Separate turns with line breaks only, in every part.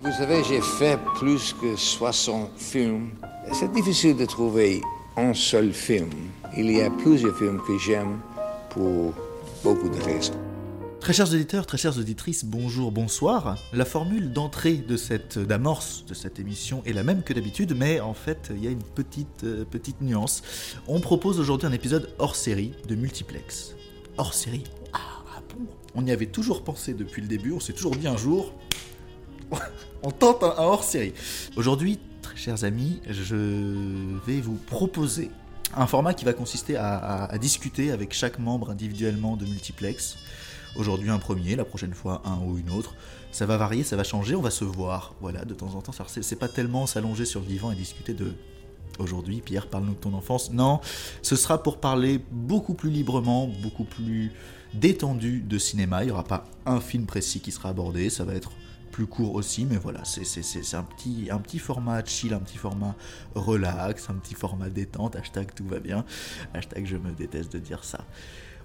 Vous savez, j'ai fait plus que 60 films. C'est difficile de trouver un seul film. Il y a plusieurs films que j'aime pour beaucoup de raisons.
Très chers auditeurs, très chères auditrices, bonjour, bonsoir. La formule d'entrée de cette d'amorce de cette émission est la même que d'habitude, mais en fait, il y a une petite euh, petite nuance. On propose aujourd'hui un épisode hors série de Multiplex. Hors série. Ah, ah bon. On y avait toujours pensé depuis le début, on s'est toujours dit un jour on tente un, un hors série. Aujourd'hui, très chers amis, je vais vous proposer un format qui va consister à, à- à discuter avec chaque membre individuellement de Multiplex. Aujourd'hui un premier, la prochaine fois un ou une autre. Ça va varier, ça va changer, on va se voir. Voilà, de temps en temps, ça- c'est c'est pas tellement s'allonger sur le divan et discuter de. Aujourd'hui, Pierre, parle-nous de ton enfance. Non, ce sera pour parler beaucoup plus librement, beaucoup plus détendu de cinéma. Il n'y aura pas un film précis qui sera abordé, ça va être plus court aussi, mais voilà, c'est c'est- c'est- c'est un petit, un petit format chill, un petit format relax, un petit format détente, hashtag tout va bien, hashtag je me déteste de dire ça.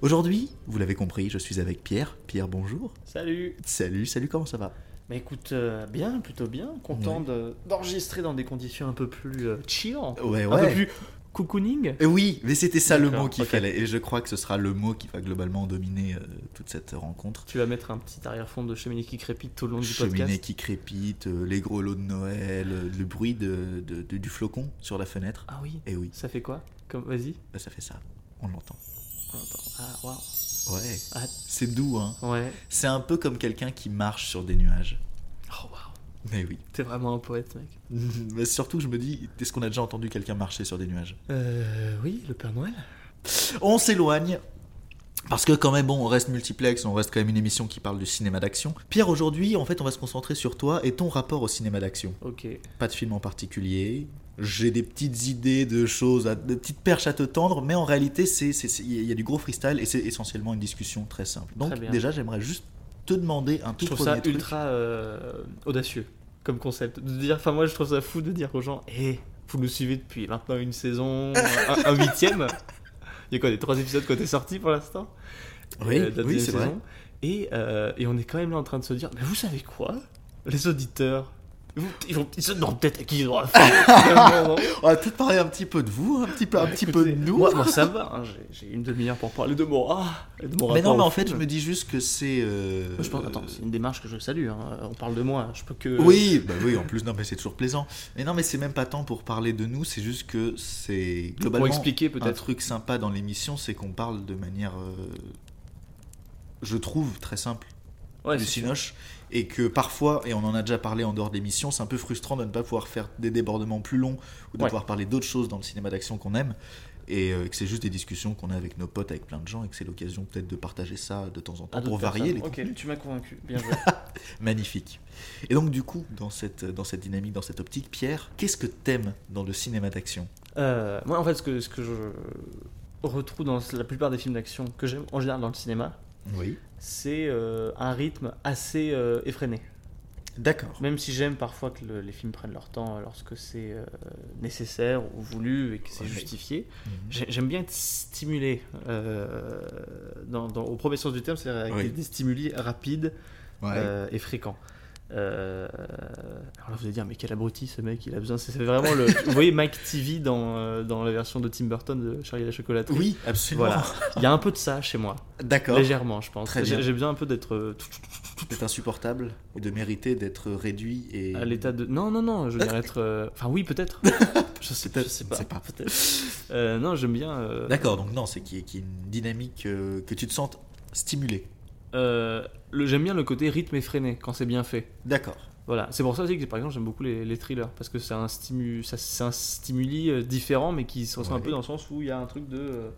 Aujourd'hui, vous l'avez compris, je suis avec Pierre. Pierre, bonjour.
Salut
Salut, salut, comment ça va
Mais écoute, euh, bien, plutôt bien, content de- d'enregistrer dans des conditions un peu plus euh, chill,
Ouais,
un peu plus cocooning.
Euh, Oui, mais c'était ça le
D'accord,
mot qu'il
ok.
fallait, et je crois que ce sera le mot qui va globalement dominer euh, toute cette rencontre.
Tu vas mettre un petit arrière-fond de cheminée qui crépite tout le long du
Cheminée
podcast.
qui crépite, euh, les grelots de Noël, euh, le bruit de- de- de- du flocon sur la fenêtre.
Ah oui,
Et oui,
ça fait quoi Comme Vas-y.
bah, ça fait ça, on l'entend.
On entend. Ah, waouh.
Ouais,
Ah.
c'est doux, hein.
Ouais.
C'est un peu comme quelqu'un qui marche sur des nuages.
Oh, waouh.
Mais oui.
T'es vraiment un poète, mec.
Mais surtout, je me dis, est-ce qu'on a déjà entendu quelqu'un marcher sur des nuages
Euh, oui, le Père Noël.
On s'éloigne. Parce que quand même, bon, on reste multiplex, on reste quand même une émission qui parle du cinéma d'action. Pierre, aujourd'hui, en fait, on va se concentrer sur toi et ton rapport au cinéma d'action.
Ok.
Pas de film en particulier. J'ai des petites idées de choses, à- de petites perches à te tendre, mais en réalité, c'est c'est- c'est- il y a du gros freestyle et c'est essentiellement une discussion très simple. Donc,
Très bien.
déjà, j'aimerais juste te demander un tout
Je trouve
premier
ça
truc.
ultra euh, audacieux comme concept. De dire, enfin moi je trouve ça fou de dire aux gens, hé, vous nous suivez depuis maintenant une saison, un, un huitième. Il y a quoi des trois épisodes qui ont été sortis pour l'instant
Oui,
euh, de la
oui,
deuxième
c'est vrai.
saison. Et, euh, et on est quand même là en train de se dire, mais vous savez quoi Les auditeurs, vous- ils, vont, ils se demandent peut-être à qui ils ont affaire. finalement, non Bah,
On va peut-être parler un petit peu de vous, un petit peu, un petit peu de
Écoutez,
nous.
Moi, moi, ça va, hein, j'ai- j'ai une demi-heure pour parler de mon ah, et de mon
mais non,
rapport
mais
au
en fait, je
film.
me dis juste que c'est. euh,
Moi, je pense, attends, c'est une démarche que je salue. hein, On parle de moi, je peux que.
Oui, bah oui, en plus, non, mais c'est toujours plaisant. Mais non, mais c'est même pas tant pour parler de nous, c'est juste que c'est globalement.
Pour expliquer
un
peut-être.
truc sympa dans l'émission, c'est qu'on parle de manière. euh, je trouve très simple
Ah. Ouais,
du
c'est sûr.
Cinoche. Et que parfois, et on en a déjà parlé en dehors de l'émission, c'est un peu frustrant de ne pas pouvoir faire des débordements plus longs ou de
Ouais.
pouvoir parler d'autres choses dans le cinéma d'action qu'on aime. Et euh, que c'est juste des discussions qu'on a avec nos potes, avec plein de gens, et que c'est l'occasion peut-être de partager ça de temps en temps
Ah,
pour
d'autres
varier les
personnes.
contenus.
Ok, tu m'as convaincu. Bien joué.
Magnifique. Et donc, du coup, dans cette, dans cette dynamique, dans cette optique, Pierre, qu'est-ce que t'aimes dans le cinéma d'action
Euh, moi, en fait, ce que, ce que je retrouve dans la plupart des films d'action que j'aime en général dans le cinéma,
Oui.
c'est euh, un rythme assez euh, effréné.
D'accord.
Même si j'aime parfois que le- les films prennent leur temps euh, lorsque c'est euh, nécessaire ou voulu et que c'est
Ouais.
justifié,
Mhm.
j'ai- j'aime bien être stimulé. euh, dans- dans- au premier sens du terme, c'est-à-dire avec
Oui.
des- des stimuli rapides
Ouais.
euh, et fréquent. Euh, alors là, vous allez dire, mais quel abruti ce mec, il a besoin. C'est c'est vraiment le. vous voyez Mike TV dans, euh, dans la version de Tim Burton de Charlie et la chocolaterie
Oui, absolument.
Voilà. Il y a un peu de ça chez moi,
D'accord.
légèrement, je pense.
Très bien.
J'ai j'ai besoin un peu d'être euh,
d'être insupportable ou de mériter d'être réduit et
à l'état de. Non, non, non, je veux dire être. euh, Enfin, oui, peut-être. je sais, je
Peut-être,
sais
je
pas.
sais pas.
Peut-être. Euh, non, j'aime bien. euh,
D'accord, donc non, c'est qu'il y, ait- qu'il y ait une dynamique euh, que tu te sentes stimulé.
euh, le- j'aime bien le côté rythme effréné quand c'est bien fait.
D'accord.
Voilà, c'est pour ça aussi que par exemple j'aime beaucoup les, les thrillers parce que c'est un stimu, ça- c'est un stimuli euh, différent mais qui se ressent un
Ouais.
peu dans le sens où il y a un truc de, euh,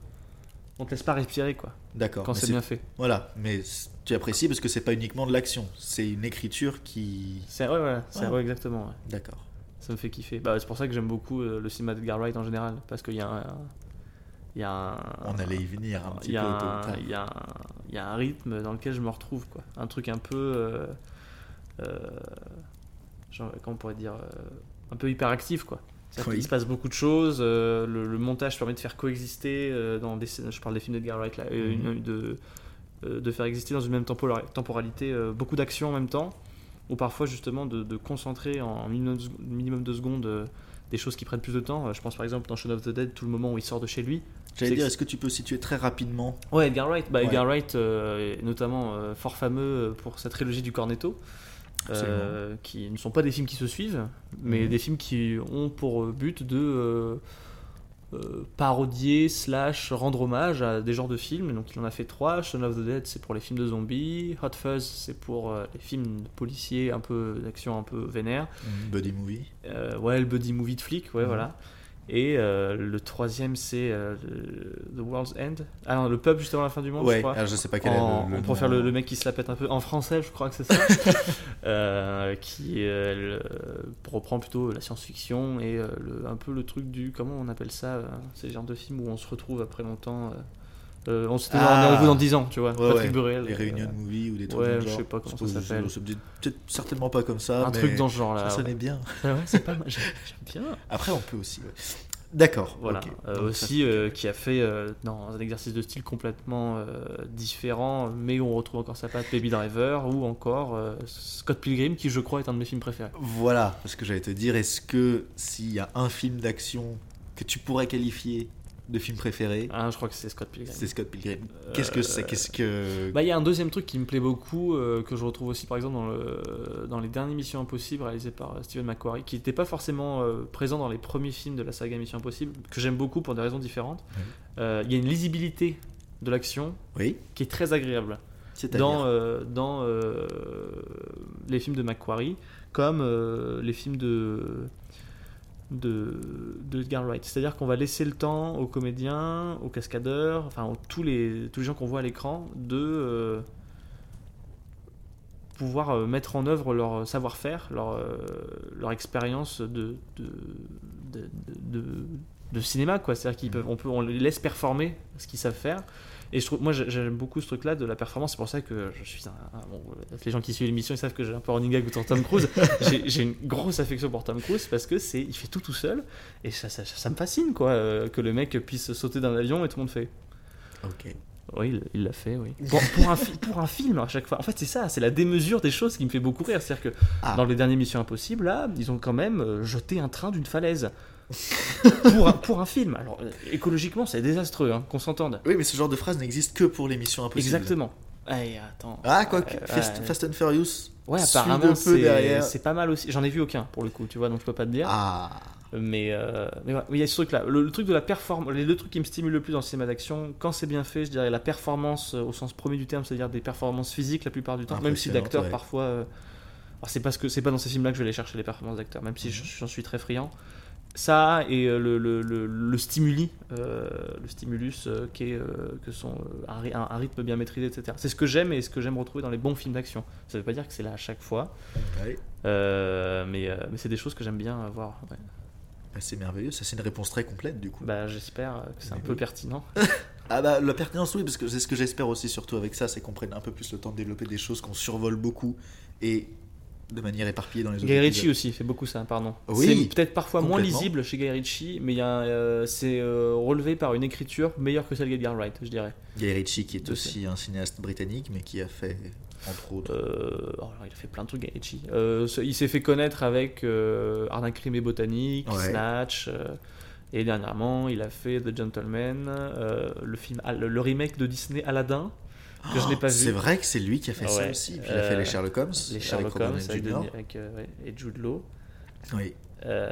on te laisse pas respirer quoi
D'accord.
quand
mais
c'est
c'est-
bien fait.
Voilà, mais c- tu apprécies parce que c'est pas uniquement de l'action, c'est une écriture qui.
C'est ouais voilà, c'est
Ouais.
ouais, exactement. ouais.
D'accord.
Ça me fait kiffer. Bah, c'est pour ça que j'aime beaucoup euh, le cinéma de Garwright en général parce qu'il y a un, il y a un,
On allait y venir un petit
Ah. il y a
peu. tôt ou
un,
tard.
il y a un- il y a un rythme dans lequel je me retrouve quoi, un truc un peu, euh, euh, genre, comment on pourrait dire, euh, un peu hyperactif quoi.
Oui.
Il se passe beaucoup de choses. euh, le, le montage permet de faire coexister euh, dans des scènes- Je parle des films de Garrick là, euh,
Mhm.
une- de euh, de faire exister dans une même tempora- temporalité euh, beaucoup d'actions en même temps. ou parfois justement de, de concentrer en minimum de, sec- minimum de secondes euh, des choses qui prennent plus de temps. Euh, Je pense par exemple dans Shaun of the Dead, tout le moment où il sort de chez lui.
J'allais
C'est-
dire, est-ce que tu peux situer très rapidement
Ouais, Edgar Wright, bah,
Ouais.
Edgar Wright euh, est notamment euh, fort fameux pour sa trilogie du Cornetto, euh, qui ne sont pas des films qui se suivent, mais
Mhm.
des films qui ont pour euh, but de euh, euh, parodier slash rendre hommage à des genres de films. Donc il en a fait trois. Shaun of the Dead, c'est pour les films de zombies. Hot Fuzz, c'est pour euh, les films de policiers un peu d'action un peu vénère.
Buddy Movie
Euh, ouais, le buddy movie de flic, ouais,
Mhm.
voilà. Et euh, le troisième, c'est euh, le- The World's End. Ah non, le pub juste avant la fin du monde, je
Ouais,
crois.
alors je sais pas quel
En-
est le- le,
on préfère
nom.
le, le mec qui se la pète un peu en français, je crois que c'est ça. Euh, qui euh, le- reprend plutôt la science-fiction et euh, le- un peu le truc du. Comment on appelle ça euh, C'est le genre de film où on se retrouve après longtemps. euh, euh, on se dit,
Ah.
rendez-vous dans 10 ans, tu vois.
Ouais,
Patrick
ouais.
Bruel.
Les
euh,
réunions de movie ou des trucs
ouais,
dans le
je
genre.
sais pas comment ça
suppose-
s'appelle.
ça me dit peut-être certainement pas comme ça.
un
mais
truc dans ce genre-là.
Ça
ouais.
sonnait bien.
Ah ouais, c'est pas mal. J'aime j'aime bien.
Après, on peut aussi. ouais. D'accord.
Voilà.
ok.
Euh,
Donc, ça,
aussi, euh, qui a fait euh, dans un exercice de style complètement euh, différent, mais où on retrouve encore sa patte Baby Driver ou encore euh, Scott Pilgrim, qui je crois est un de mes films préférés.
Voilà ce que j'allais te dire. Est-ce que s'il y a un film d'action que tu pourrais qualifier de film préféré,
Ah, je crois que c'est Scott Pilgrim.
c'est Scott Pilgrim Qu'est-ce que c'est Qu'est-ce que.
Bah, il y a un deuxième truc qui me plaît beaucoup, euh, que je retrouve aussi par exemple dans, le, dans les derniers Missions Impossibles réalisés par euh, Steven McQuarrie, qui n'était pas forcément euh, présent dans les premiers films de la saga Mission Impossible, que j'aime beaucoup pour des raisons différentes.
Ouais.
Euh, Il y a une lisibilité de l'action
Oui,
qui est très agréable.
c'est à
dans,
dire.
euh, dans euh, les films de Macquarie comme euh, les films de de, de Edgar Wright. C'est-à-dire qu'on va laisser le temps aux comédiens, aux cascadeurs, enfin aux- tous les tous les gens qu'on voit à l'écran de euh, pouvoir euh, mettre en œuvre leur savoir-faire, leur, euh, leur expérience de, de, de, de- de- de cinéma. quoi. C'est-à-dire qu'on peuvent, on peut, on les laisse performer ce qu'ils savent faire. Et je trouve, moi j'a- j'aime beaucoup ce truc-là de la performance, c'est pour ça que je suis un. un- bon, les gens qui suivent l'émission, ils savent que j'ai un peu running gag autour de Tom Cruise. j'ai j'ai une grosse affection pour Tom Cruise parce que c'est, il fait tout tout seul et ça, ça, ça me fascine quoi, euh, que le mec puisse sauter d'un avion et tout le monde fait.
Ok.
Oui, il- il l'a fait, oui. Pour, pour un, fi- pour un film, à chaque fois. En fait, c'est ça, c'est la démesure des choses qui me fait beaucoup rire. C'est-à-dire que
Ah.
dans les derniers Missions Impossibles, là, ils ont quand même euh, jeté un train d'une falaise. pour, un, pour un film. Alors, euh, écologiquement, c'est désastreux, hein, qu'on s'entende.
Oui, mais ce genre de phrase n'existe que pour l'émission impossible.
Exactement. Allez, attends.
Ah, quoi que,
Euh,
Fast,
ouais.
Fast and Furious.
Ouais,
suit
apparemment,
de peu
c'est
derrière.
c'est pas mal aussi. J'en ai vu aucun, pour le coup, tu vois, donc je peux pas te dire.
Ah,
Mais euh, mais voilà. Mais il y a ce truc-là. Le, le truc de la performance, les deux trucs qui me stimulent le plus dans le cinéma d'action, quand c'est bien fait, je dirais la performance euh, au sens premier du terme, c'est-à-dire des performances physiques la plupart du temps, même si
Impressionnante,
d'acteurs
ouais.
parfois. euh, alors c'est parce que c'est pas dans ces films-là que je vais aller chercher les performances d'acteurs, même si
Mhm.
je- j'en suis très friand. Ça et euh, le, le, le, le stimuli, euh, le stimulus euh, qui est, euh, que sont euh, un, ry- un- un rythme bien maîtrisé, etc. C'est ce que j'aime et ce que j'aime retrouver dans les bons films d'action. Ça veut pas dire que c'est là à chaque fois,
Ouais.
euh, mais, euh, mais c'est des choses que j'aime bien euh, voir. ouais.
Bah, c'est merveilleux. Ça, c'est une réponse très complète du coup.
Bah, j'espère que c'est un
Mais
peu
oui.
pertinent.
Ah bah la pertinence oui parce que c'est ce que j'espère aussi surtout avec ça c'est qu'on prenne un peu plus le temps de développer des choses qu'on survole beaucoup et de manière éparpillée dans les autres
Guy Ritchie
épisodes.
aussi fait beaucoup ça, pardon.
Oui,
c'est peut-être parfois moins
complètement.
lisible chez Guy Ritchie, mais il y a un, euh, c'est euh, relevé par une écriture meilleure que celle d'Edgar Wright, je dirais.
Guy Ritchie qui est
Tout à
aussi un cinéaste britannique mais qui a fait entre autres
Euh, oh, alors, il a fait plein de trucs, Guy Ritchie. Euh, ce- il s'est fait connaître avec euh, Arnaque Crime et Botanique,
Ouais.
Snatch. euh, et dernièrement, il a fait The Gentleman, euh, le, film, ah, le, le remake de Disney Aladdin, que je n'ai pas
Oh,
vu.
C'est vrai que c'est lui qui a fait ça
Ouais,
aussi. Puis il a fait
euh,
les Sherlock Holmes.
Les
avec
Sherlock
Robert
Holmes
Downey
avec
Jr..
Denis- avec, euh, ouais, et Jude Law,
Oui.
euh,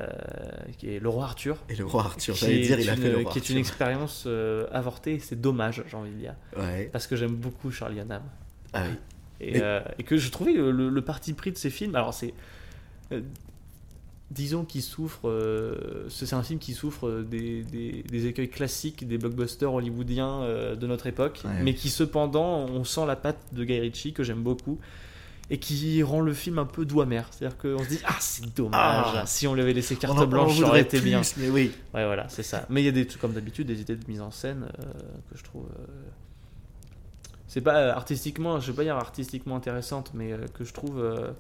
qui est le roi Arthur.
Et le roi Arthur.
qui
J'allais
est,
dire, il a
une, euh,
fait le roi
qui est
Arthur.
une expérience euh, avortée, et c'est dommage, j'ai envie de dire.
Ouais.
Parce que j'aime beaucoup Charlie Hunnam.
Ah oui.
Et,
Mais-
euh, et que je trouvais le, le- le parti pris de ces films. Alors, c'est. euh, disons qu'il souffre. euh, c'est c'est un film qui souffre des, des- des écueils classiques des blockbusters hollywoodiens euh, de notre époque,
Ouais.
mais qui cependant, on sent la patte de Guy Ritchie, que j'aime beaucoup. Et qui rend le film un peu doigt amer. C'est-à-dire qu'on se dit Ah, c'est dommage
Ah.
Si on lui avait laissé carte
On en- on
blanche, ça aurait
voudrait
été
plus,
bien.
Mais oui.
Ouais, voilà, c'est ça. Mais il y a des trucs, comme d'habitude, des idées de mise en scène euh, que je trouve. euh, C'est pas euh, artistiquement, je vais pas dire artistiquement intéressante, mais euh, que je trouve. euh,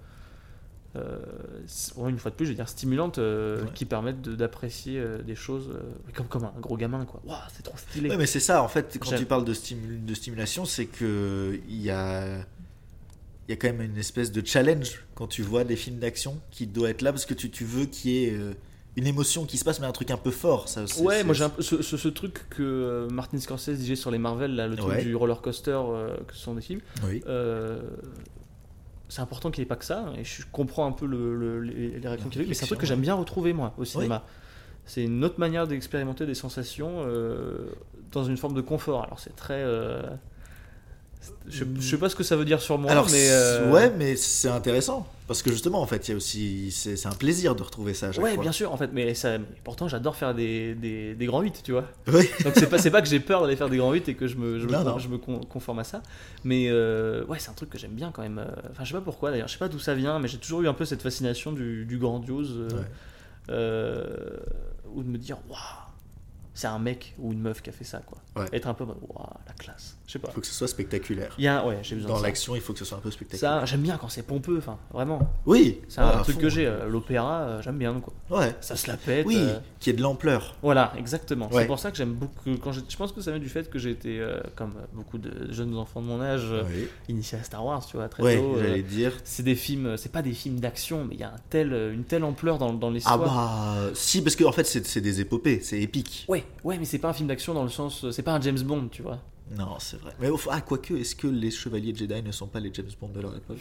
euh, s- ouais, une fois de plus, je vais dire stimulante, euh,
Ouais.
qui permettent de- d'apprécier euh, des choses euh, comme, comme un gros gamin, quoi. Waouh, c'est trop stylé!
Ouais, mais c'est ça, en fait, quand
J'aime.
tu parles de, stimu- de stimulation, c'est que il y a. il y a quand même une espèce de challenge quand tu vois des films d'action qui doit être là parce que tu, tu veux qu'il y ait euh, une émotion qui se passe, mais un truc un peu fort. Ça, c'est-
Ouais,
c'est-
moi j'ai un peu- ce, ce- ce truc que euh, Martin Scorsese disait sur les Marvel, là, le truc
Ouais.
du roller coaster euh, que ce sont des films.
Oui.
euh, c'est important qu'il n'y ait pas que ça, et je comprends un peu le, le- les, les réactions qu'il y a eu, mais c'est un truc que j'aime bien retrouver moi au cinéma. C'est une autre manière d'expérimenter des sensations euh, dans une forme de confort. Alors c'est très. euh, c'est- je, je sais pas ce que ça veut dire sur moi,
Mm. Alors,
mais. euh,
ouais, mais c'est intéressant parce que justement, en fait, il y a aussi, c'est c'est un plaisir de retrouver ça. À chaque
Ouais,
fois.
bien sûr, en fait, mais ça, mais pourtant j'adore faire des, des, des grands 8, tu vois.
Ouais.
Donc c'est pas, c'est pas que j'ai peur d'aller faire des grands 8 et que je me, je me,
Non,
con-
non.
je me con- conforme à ça. Mais euh, ouais, c'est un truc que j'aime bien quand même. euh, Enfin, je sais pas pourquoi d'ailleurs, je sais pas d'où ça vient, mais j'ai toujours eu un peu cette fascination du, du grandiose. euh,
Ouais.
euh, ou de me dire, waouh, c'est un mec ou une meuf qui a fait ça, quoi.
Ouais.
Être un peu en mode, waouh, la classe. Je sais pas.
Il faut que ce soit spectaculaire.
Il y a, un- ouais, j'ai besoin
Dans
de ça.
l'action, il faut que ce soit un peu spectaculaire.
Ça, j'aime bien quand c'est pompeux, enfin, vraiment.
Oui,
C'est un
à
truc
fond.
que j'ai. euh, L'opéra, euh, j'aime bien, quoi.
Ouais.
Ça se la pète.
Oui,
euh,
qui est de l'ampleur.
Voilà, exactement.
Ouais.
C'est pour ça que j'aime beaucoup. que Quand j'ai- je pense que ça vient du fait que j'ai été, euh, comme beaucoup de jeunes enfants de mon âge, euh,
Oui,
initié à Star Wars, tu vois, très
ouais,
tôt. euh,
j'allais dire.
c'est des films, euh, c'est pas des films d'action, mais il y a un tel, euh, une telle ampleur dans, dans
Ah
l'histoire.
bah, si, parce que en fait, c'est c'est des épopées, c'est épique.
Ouais, ouais, mais c'est pas un film d'action dans le sens, euh, c'est pas un James Bond, tu vois.
Non, c'est vrai. Mais au fond- ah, quoique, est-ce que les chevaliers Jedi ne sont pas les James Bond de leur époque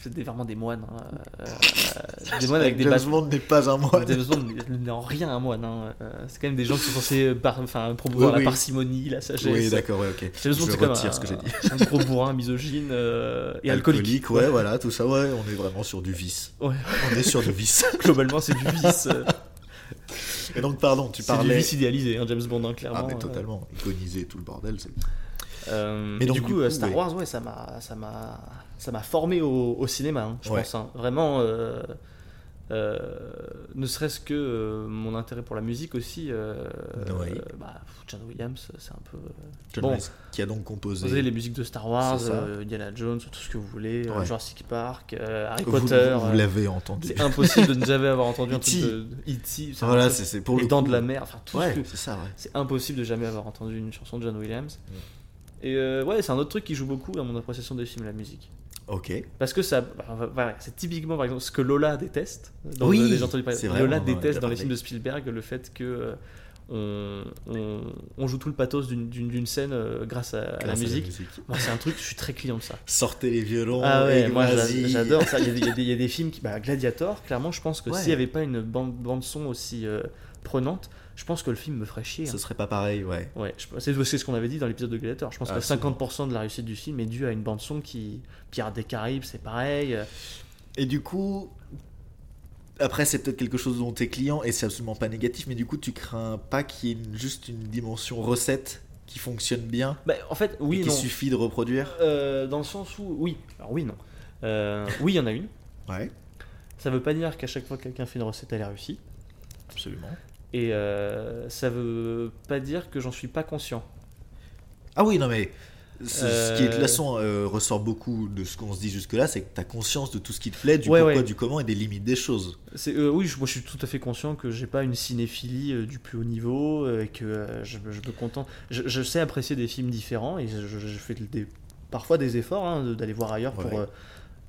C'est des- vraiment des moines, hein, euh, euh, des moines avec des
James
bases.
Bond n'est pas un moine.
James Bond n'est en rien un moine. hein. Euh, C'est quand même des gens qui sont censés euh, par- enfin, promouvoir
Oui, oui.
la parcimonie, la sagesse.
Oui, d'accord, ouais, ok.
James Bond,
je
c'est comme
retire
un,
ce que j'ai dit.
un gros bourrin, misogyne euh, et alcoolique.
ouais, voilà, tout ça, ouais, on est vraiment sur du vice.
Ouais.
On est sur du vice.
Globalement, c'est du vice. euh,
Et donc, pardon, tu
c'est du
parlais.
vice idéalisé, hein, James Bond, hein, clairement.
Ah, mais
euh.
totalement, iconisé tout le bordel, c'est
Euh,
Mais
et
donc,
du
du
coup,
coup,
euh, Star
oui.
Wars, ouais, ça m'a, ça m'a, ça m'a formé au, au cinéma, hein, je
Ouais.
pense. hein. Vraiment, euh, euh, ne serait-ce que euh, mon intérêt pour la musique aussi. euh,
Oui.
euh, bah, pff, John Williams, c'est un peu. euh,
John
Bon.
Williams, qui a donc
vous savez,
composé.
les musiques de Star Wars,
C'est ça.
euh, Indiana Jones, tout ce que vous voulez, euh,
Ouais.
Jurassic Park, euh, Harry
Vous-
Potter.
vous
euh,
l'avez entendu.
c'est impossible de ne jamais avoir entendu un
E.T..
truc de de E.T. c'est
Voilà,
un
c'est
truc-
c'est pour
Les
le.
dents
coup.
de la mer, enfin tout ce
Ouais,
que-
c'est ça, ouais.
C'est impossible de jamais avoir entendu une chanson de John Williams. Et euh, ouais, c'est un autre truc qui joue beaucoup dans mon appréciation des films, la musique.
Ok.
Parce que ça, bah, bah, bah, c'est typiquement par exemple ce que Lola déteste. Dans
Oui,
le- les gens entendus parler.
c'est vrai, on
Lola
en a
déteste
déjà
dans
parlé.
les films de Spielberg le fait que euh, on, on- on joue tout le pathos d'une- d'une d'une scène euh, grâce à, à la
Grâce à
musique. Moi, c'est un truc, je suis très client de ça.
Sortez les violons.
Ah ouais,
et
moi j'a-
vas-y.
j'adore ça. Il y, a des- il y a des- il y a des films qui. Bah, Gladiator, clairement, je pense que
Ouais.
s'il n'y avait pas une bande, bande son aussi euh, prenante, je pense que le film me ferait chier. hein.
Ce serait pas pareil, ouais.
Ouais, je- c'est c'est ce qu'on avait dit dans l'épisode de Gladiator. Je pense que
Ah, Absolument.
50% de la réussite du film est due à une bande-son qui. Pirates des Caraïbes, c'est pareil. euh,
Et du coup, après, c'est peut-être quelque chose dont t'es client et c'est absolument pas négatif, mais du coup, tu crains pas qu'il y ait une- juste une dimension recette qui fonctionne bien
Bah, en fait, oui
et
et
qu'il
non.
suffit de reproduire
Euh, dans le sens où. Oui, alors oui, non. Euh, oui, il y en a une.
Ouais,
Ça veut pas dire qu'à chaque fois que quelqu'un fait une recette, elle est réussie.
absolument.
Et euh, ça veut pas dire que j'en suis pas conscient.
Ah oui, non, mais. Ce, ce qui est de
Euh.
toute façon euh, ressort beaucoup de ce qu'on se dit jusque-là, c'est que t'as conscience de tout ce qui te plaît, du
Ouais,
pourquoi,
ouais.
du comment et des limites des choses.
C'est- euh, oui, je, moi je suis tout à fait conscient que j'ai pas une cinéphilie euh, du plus haut niveau euh, et que euh, je, me- je me contente. Je, je sais apprécier des films différents et je, je- je fais des- parfois des efforts hein, de- d'aller voir ailleurs pour
Ouais.
euh,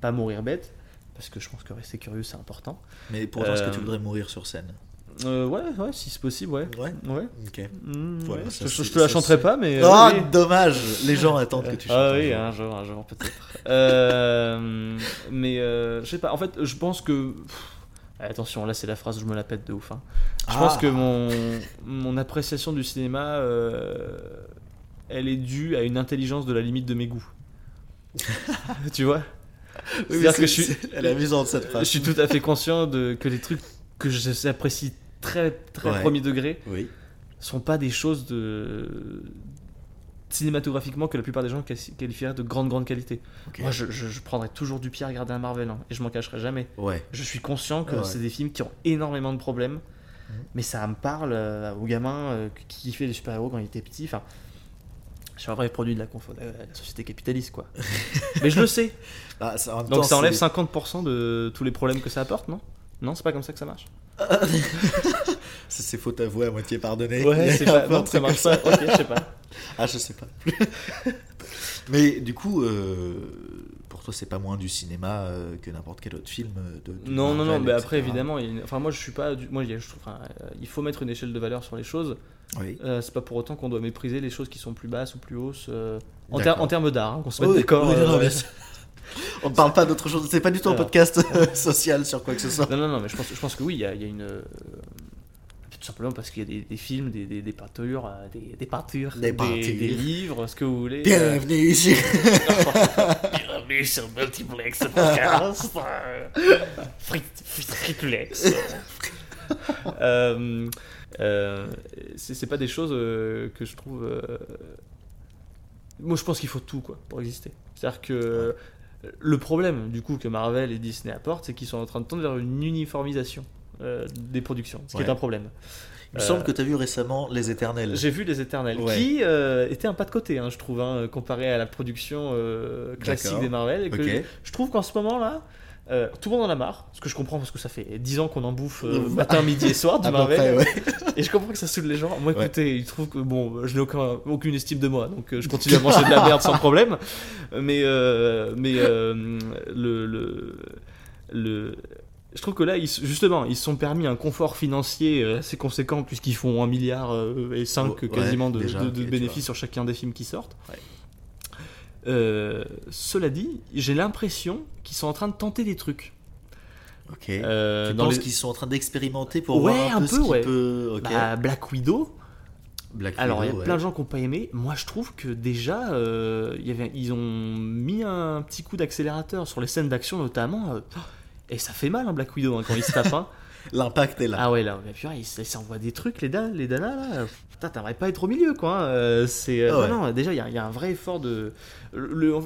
pas mourir bête. Parce que je pense que rester curieux c'est important.
Mais pour autant, est-ce que
Euh.
tu voudrais mourir sur scène
Euh, ouais, ouais, si c'est possible, ouais.
Ouais,
Ouais.
ok.
Mmh,
Voilà,
ouais.
ça,
je, je- je
c'est-
te la
ça,
chanterai
c'est-
pas, mais. euh,
Ah,
oui.
dommage Les gens attendent que tu chantes.
Ah
un
oui,
jour.
un jour, un jour peut-être. Euh, mais euh, je sais pas, en fait, je pense que. pff, attention, là c'est la phrase, je me la pète de ouf. hein. Je
Ah.
pense que mon, mon appréciation du cinéma, euh, elle est due à une intelligence de la limite de mes goûts. tu vois
Oui, mais
C'est-à-dire
c'est-
que je suis-
c'est- Elle est amusante cette
Je
phrase.
suis tout à fait conscient de, que les trucs que j'apprécie très, très
Ouais.
premier degré
Oui.
sont pas des choses de cinématographiquement que la plupart des gens quali- qualifieraient de grande grande qualité.
Ok.
Moi, je, je- je prendrais toujours du pied à regarder un Marvel, hein, et je m'en cacherai jamais.
Ouais.
Je suis conscient que
Ouais.
c'est des films qui ont énormément de problèmes, mais ça me parle euh, au gamin euh, qui kiffait les super-héros quand il était petit. Enfin, je suis un vrai produit de la, confo- de la société capitaliste, quoi. mais je le sais.
Ah, ça, en même
Donc
temps,
ça enlève
c'est-
50% de tous les problèmes que ça apporte, non Non, c'est pas comme ça que ça marche.
C'est c'est faute avouée à moitié pardonnée.
c'est pas.
Un
Non,
truc
ça marche
comme
pas. Ok, je sais pas.
Ah, je sais pas. Mais du coup, euh, pour théâtre, c'est pas moins du cinéma euh, que n'importe quel autre film. euh, De, de
Non, non, non,
Marvel,
mais après,
etc.
évidemment, il y a une- enfin, moi, je suis pas. du- Moi, il y a- je trouve, enfin, euh, il faut mettre une échelle de valeur sur les choses.
Oui.
Euh, c'est pas pour autant qu'on doit mépriser les choses qui sont plus basses ou plus hausses. euh, en, ter-
D'accord.
en termes d'art, hein, qu'on se mette
Oui,
d'accord.
oui,
euh,
non, non,
ouais.
mais c'est- On ne parle pas d'autre chose, c'est pas du tout un
Alors.
podcast euh, social sur quoi que ce soit.
Non, non, non, mais je pense, je pense que oui, il y a, il y a une. euh, tout simplement parce qu'il y a des, des films, des, des, des peintures, euh, des, des peintures,
Des peintures.
des livres, ce que vous voulez. euh,
Bienvenue ici
Bienvenue sur Multiplex Podcast. euh, frit- frit- Frituplex. Euh, euh, c'est c'est pas des choses euh, que je trouve. euh, Moi, je pense qu'il faut tout quoi pour exister. C'est-à-dire que le problème du coup que Marvel et Disney apportent, c'est qu'ils sont en train de tendre vers une uniformisation euh, des productions, ce qui
Ouais.
est un problème.
Il me semble que tu as vu récemment Les Éternels.
euh, J'ai vu Les Éternels,
Ouais.
qui euh, était un pas de côté, hein, je trouve, hein, comparé à la production euh, classique
D'accord.
des Marvel. et que
Ok.
Je trouve qu'en ce moment-là, euh, tout le monde en a marre, ce que je comprends parce que ça fait 10 ans qu'on en bouffe euh,
Euh,
matin, midi et soir du
À peu
Marvel,
près, ouais.
et je comprends que ça saoule les gens. Moi,
Ouais.
écoutez, ils trouvent que bon, je n'ai aucun- aucune estime de moi, donc euh, je continue à manger de la merde sans problème. Mais, euh, mais euh, le, le, le- je trouve que là, ils, se- justement, ils se sont permis un confort financier euh, assez conséquent puisqu'ils font 1 milliard euh, et 5
Ouais,
quasiment de,
déjà,
de- de
ok, tu vois.
bénéfices sur chacun des films qui sortent.
Ouais.
Euh, cela dit, j'ai l'impression qu'ils sont en train de tenter des trucs.
Ok.
Euh,
tu
dans
penses
les-
qu'ils sont en train d'expérimenter pour
Ouais,
voir un,
un
peu,
peu,
ce qui
ouais.
peut. Ok.
Bah, Black Widow,
Black
Alors, il y a
Widow,
plein de
ouais.
gens qui n'ont pas aimé. Moi, je trouve que déjà, euh, il y avait, ils ont mis un petit coup d'accélérateur sur les scènes d'action, notamment. euh, et ça fait mal, hein, Black Widow, hein, quand il se tape. hein.
L'impact est là.
Ah ouais, là, mais purée, ils s- ils s'envoient des trucs, les, dames, les danas, là. Putain, t'aimerais pas être au milieu, quoi. hein. Euh, c'est, euh,
Ah ouais.
non, non, déjà, il y, a- il y a un vrai effort de. le- le- euh,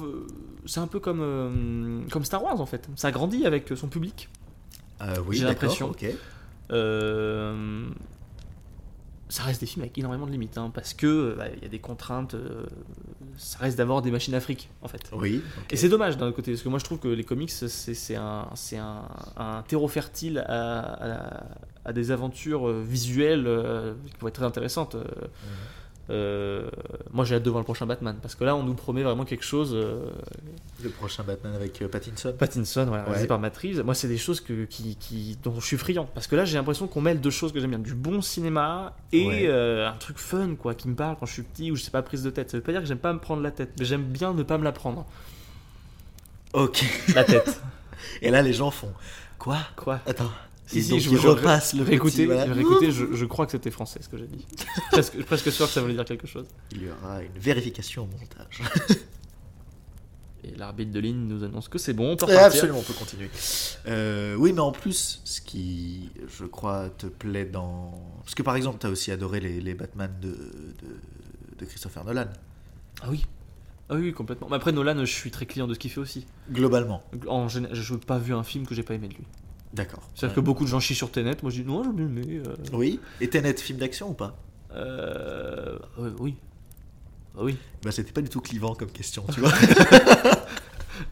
c'est un peu comme, euh, comme Star Wars, en fait. Ça grandit avec son public.
Euh, oui,
Ah, j'ai
d'accord,
l'impression.
ok.
Euh, ça reste des films avec énormément de limites, hein, parce que bah, il y a des contraintes. euh, ça reste d'avoir des machines à fric, en fait.
Oui.
Et c'est dommage d'un autre côté, parce que moi je trouve que les comics, c'est c'est un, c'est un, un terreau fertile à, à- à des aventures euh, visuelles euh, qui pourraient être très intéressantes. Euh, euh, moi j'ai hâte de voir le prochain Batman, parce que là on nous promet vraiment quelque chose. euh,
Le prochain Batman avec euh, Pattinson.
Pattinson, voilà, réalisé
Ouais.
par Matt Reeves. Moi, c'est des choses que, qui, qui- dont je suis friand. Parce que là, j'ai l'impression qu'on mêle deux choses que j'aime bien du bon cinéma et
Ouais.
euh, un truc fun, quoi, qui me parle quand je suis petit ou je sais pas prise de tête. Ça veut pas dire que j'aime pas me prendre la tête, mais j'aime bien ne pas me la prendre.
Ok.
La tête.
Et là, les gens font quoi
quoi
Attends.
Si,
Et
si,
donc,
je
ils
vous-
repassent le petit,
Réécoutez,
voilà.
réécoutez, je, je crois que c'était français ce que j'ai dit. presque, presque sûr que ça voulait dire quelque chose.
Il y aura une vérification au montage.
Et l'arbitre de ligne nous annonce que c'est bon, on peut
Ouais,
repartir.
Ah, absolument, on peut continuer. Euh, oui, mais en plus, ce qui, je crois, te plaît dans. Parce que par exemple, tu as aussi adoré les, les Batman de, de, de Christopher Nolan,
Ah oui. Ah oui, complètement. Mais après, Nolan, je suis très client de ce qu'il fait aussi.
globalement.
En général, je n'ai pas vu un film que j'ai pas aimé de lui.
D'accord.
C'est-à-dire que beaucoup de gens chient sur Tenet, moi je dis non, j'aime bien aimé. euh,
Oui. Et Tenet, film d'action ou pas
euh, euh, oui. Ah oui.
Bah, c'était pas du tout clivant comme question, tu vois.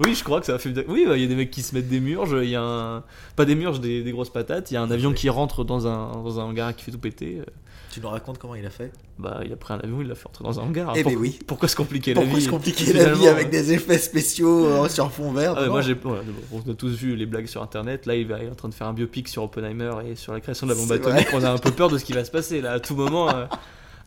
Oui, je crois que ça a fait. Oui, bah, il y a des mecs qui se mettent des murges, il y a un. Pas des murges, des, des grosses patates, il y a un avion qui rentre dans un, dans un hangar qui fait tout péter. euh,
tu nous racontes comment il a fait
Bah, il a pris un avion, il l'a fait rentrer dans un hangar.
Eh ben
Pour-
oui.
Pourquoi se compliquer la
Pourquoi
vie
se compliquer la vie
finalement,
avec
euh,
des effets spéciaux euh, sur fond vert
Ah ouais,
non
moi, j'ai, ouais, on a tous vu les blagues sur internet. Là, il va- il est en train de faire un biopic sur Oppenheimer et sur la création de la bombe
C'est
atomique. On a un peu peur de ce qui va se passer. Là, à tout moment, euh,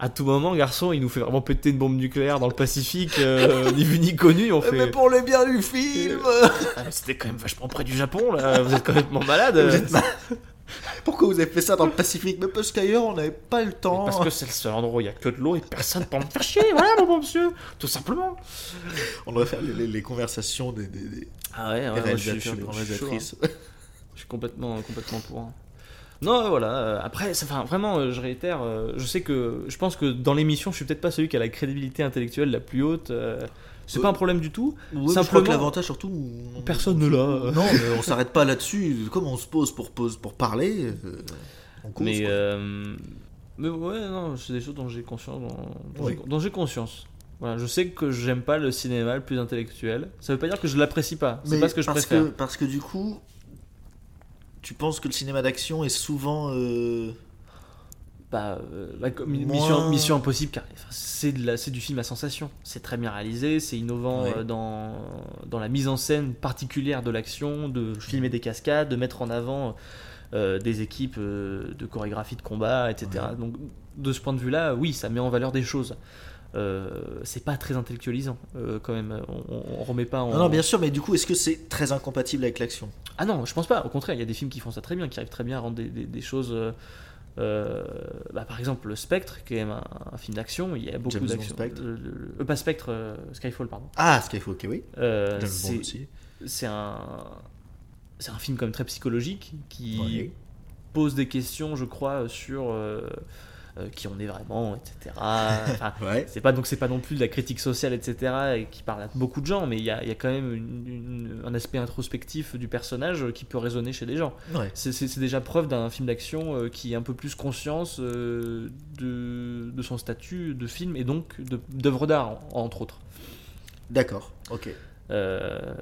à tout moment, garçon, il nous fait vraiment péter une bombe nucléaire dans le Pacifique, euh, ni vu ni connu. On
Euh, Mais
fait.
pour le bien du film
Ah, mais c'était quand même vachement près du Japon. Là, vous êtes complètement malade.
Vous êtes mal- Pourquoi vous avez fait ça dans le Pacifique Mais parce qu'ailleurs, on n'avait pas le temps.
Parce que c'est le seul endroit où il y a que de l'eau et personne pour me faire chier. Voilà, mon bon monsieur, tout simplement.
On devrait faire les, les- les conversations des, des- des
Ah ouais, ouais, moi, je suis- je
réalisateurs,
suis-
des
je suis chaud, hein.
réalisatrices.
Je suis complètement, complètement pour. hein. Non, voilà. euh, Après, ça- enfin, vraiment, euh, je réitère. euh, Je sais que, je pense que dans l'émission, je suis peut-être pas celui qui a la crédibilité intellectuelle la plus haute. euh, C'est
Euh,
pas un problème du tout.
Oui, mais je crois
Simplement-
que l'avantage surtout, on-
Personne ne l'a.
Non, mais on s'arrête pas là-dessus. Comme on se pose pour pose pour parler, euh, on cause.
mais,
quoi.
euh, mais ouais, non, c'est des choses dont j'ai conscience. Dont, dont
Oui.
j'ai- dont j'ai conscience. Voilà, je sais que j'aime pas le cinéma le plus intellectuel. Ça veut pas dire que je l'apprécie pas. C'est
Mais
pas ce que je
parce
préfère.
Que, parce que du coup, tu penses que le cinéma d'action est souvent euh,
bah, euh, bah, comme une
Moins-
Mission, Mission Impossible, car enfin, c'est de la- c'est du film à sensation. C'est très bien réalisé, c'est innovant
Ouais.
euh, dans, dans la mise en scène particulière de l'action, de filmer des cascades, de mettre en avant euh, des équipes euh, de chorégraphie de combat, etc.
Ouais.
Donc, de ce point de vue-là, oui, ça met en valeur des choses. Euh, c'est pas très intellectualisant euh, quand même. On, on- on remet pas en.
Ah Non, non, bien sûr, mais du coup, est-ce que c'est très incompatible avec l'action
Ah non, je pense pas. Au contraire, il y a des films qui font ça très bien, qui arrivent très bien à rendre des, des- des choses. euh, euh, bah, par exemple, le Spectre, qui est un, un film d'action, il y a beaucoup
James Bond
d'action.
Spectre.
Le- le- le- pas Spectre, euh, Skyfall, pardon.
Ah, Skyfall, ok, oui. James
Euh,
Bond
c'est
aussi.
c'est un, c'est un film comme très psychologique qui
Ouais.
pose des questions, je crois, sur euh, euh, qui on est vraiment, etc. Enfin,
Ouais.
c'est pas donc c'est pas non plus de la critique sociale, etc. et qui parle à beaucoup de gens, mais il y a, il y a quand même une- une- un aspect introspectif du personnage qui peut résonner chez les gens.
Ouais.
C'est- C'est c'est déjà preuve d'un film d'action euh, qui est un peu plus conscience euh, de, de son statut de film et donc de- d'œuvre d'art, en- entre autres.
D'accord, ok.
Euh,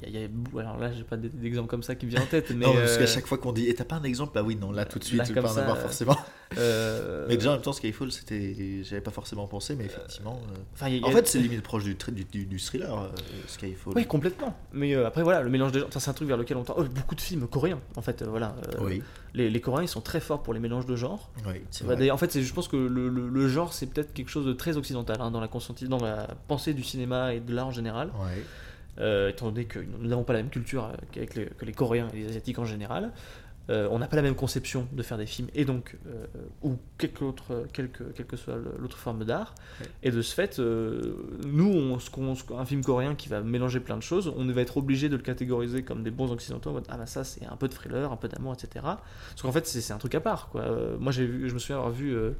il y a- il y a bou- alors là, j'ai pas d- d'exemple comme ça qui me vient en tête, mais
non, parce qu'à
euh,
chaque fois qu'on dit, et t'as pas un exemple Bah oui, non, là tout de suite,
là,
je vais
comme
pas en
ça,
avoir
euh,
forcément.
euh,
Mais déjà, en même temps, Skyfall, c'était. J'avais pas forcément pensé, mais effectivement. euh,
enfin, il y a-
En fait, c'est limite proche du, thr- du, du- du thriller, euh, Skyfall.
Oui, complètement. Mais euh, après, voilà, le mélange des genres, ça, c'est un truc vers lequel on tend. oh, beaucoup de films coréens, en fait, euh, voilà. euh,
oui,
les, les Coréens, ils sont très forts pour les mélanges de genres.
oui, c'est
Bah,
vrai.
d'ailleurs, en fait, c'est- je pense que le, le- le genre, c'est peut-être quelque chose de très occidental hein, dans, la conscienti- dans la pensée du cinéma et de l'art en général,
Ouais.
Euh, étant donné que nous n'avons pas la même culture euh, qu'avec les, que les Coréens et les Asiatiques en général. euh, on n'a pas la même conception de faire des films et donc euh, ou quelque autre quelque quelle que soit le- l'autre forme d'art
Ouais.
et de ce fait euh, nous on, ce qu'on- ce qu'on- un film coréen qui va mélanger plein de choses on va être obligé de le catégoriser comme des bons occidentaux en mode ah bah ça c'est un peu de thriller un peu d'amour etc parce qu'en fait, c'est c'est un truc à part. Quoi. Euh, moi, j'ai vu, je me souviens avoir vu euh,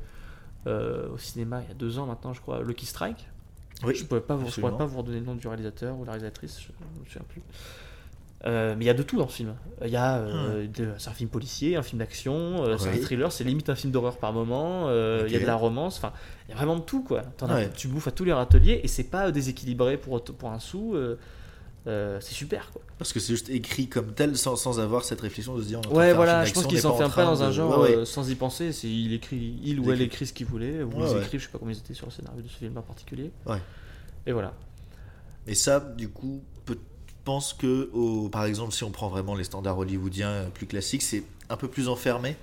euh, au cinéma il y a deux ans maintenant, je crois, Lucky Strike.
Oui,
je ne pourrais, pas vous- je
absolument.
pourrais pas vous redonner le nom du réalisateur ou de la réalisatrice, je ne me souviens plus. Euh, mais il y a de tout dans ce film. Il y a, euh, de- c'est un film policier, un film d'action, euh, c'est
Ah. Oui.
un thriller, c'est limite un film d'horreur par moment. euh, Il y a
Ok.
de la romance, enfin, il y a vraiment de tout quoi. T'en as-
Ouais.
tu bouffes à tous les râteliers et c'est pas déséquilibré pour, auto- pour un sou. euh, euh, c'est super quoi.
Parce que c'est juste écrit comme tel sans, sans avoir cette réflexion de se dire. on est en train de
Ouais,
faire un
voilà,
film
je pense
d'action,
qu'il
on est en
s'enferme pas
train
dans un
de-
genre
Ouais, ouais.
euh, sans y penser. C'est il écrit, il
Ils
ou elle
écrivent.
écrit ce qu'il voulait, ou
Ouais,
ils
ouais.
écrivent. Je sais pas combien ils étaient sur le scénario de ce film en particulier.
Ouais.
Et voilà.
Et ça, du coup, peut- tu penses que, au- par exemple, si on prend vraiment les standards hollywoodiens euh, plus classiques, c'est un peu plus enfermé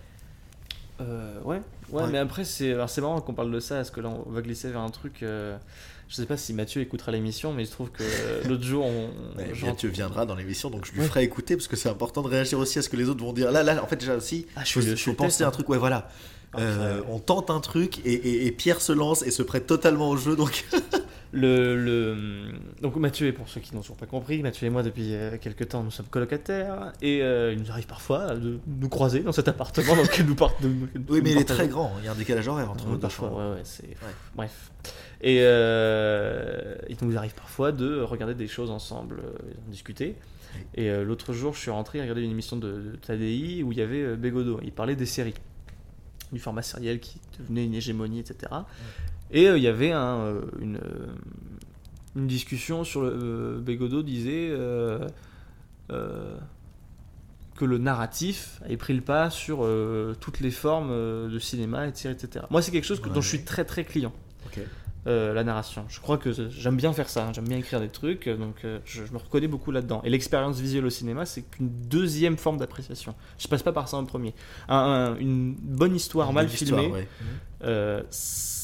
Euh, ouais. ouais,
Ouais.
mais après c'est, alors, c'est marrant qu'on parle de ça, parce que là on va glisser vers un truc. euh, Je sais pas si Mathieu écoutera l'émission, mais il se trouve que euh, l'autre jour on.
Mais
je-
Mathieu viendra dans l'émission, donc je lui
Ouais.
ferai écouter parce que c'est important de réagir aussi à ce que les autres vont dire. Là, là, en fait, déjà aussi,
Ah, je
je
suis le-
faut,
je
faut
suis le
penser
test,
à un
hein.
truc. Ouais, voilà. Euh,
Ouais.
on tente un truc et, et- et Pierre se lance et se prête totalement au jeu, donc.
Le, le- Donc Mathieu, et pour ceux qui n'ont toujours pas compris, Mathieu et moi depuis euh, quelques temps nous sommes colocataires et euh, il nous arrive parfois de nous croiser dans cet appartement dans lequel nous partons.
Oui, mais il est très grand. Il y a un décalage horaire entre
Ouais,
nos deux
parfois,
chambres.
Mmh, ouais, ouais, c'est... Bref. Et euh, il nous arrive parfois de regarder des choses ensemble, euh, et d'en discuter. Et euh, l'autre jour, je suis rentré regarder une émission de, de Tadei où il y avait euh, Bégodeau. Il parlait des séries, du format sériel qui devenait une hégémonie, etc. Et euh, il y avait un, euh, une, euh, une discussion sur le. euh, Bégodeau disait. euh, euh, que le narratif ait pris le pas sur euh, toutes les formes euh, de cinéma, etc. etc. Moi, c'est quelque chose que- dont je suis très très client.
Ok.
Euh, la narration. Je crois que euh, j'aime bien faire ça, hein. j'aime bien écrire des trucs, euh, donc euh, je, je me reconnais beaucoup là-dedans. Et l'expérience visuelle au cinéma, c'est qu'une deuxième forme d'appréciation. Je passe pas par ça en premier. Un- un- une bonne histoire mal
Une histoire,
filmée,
ouais.
euh, s-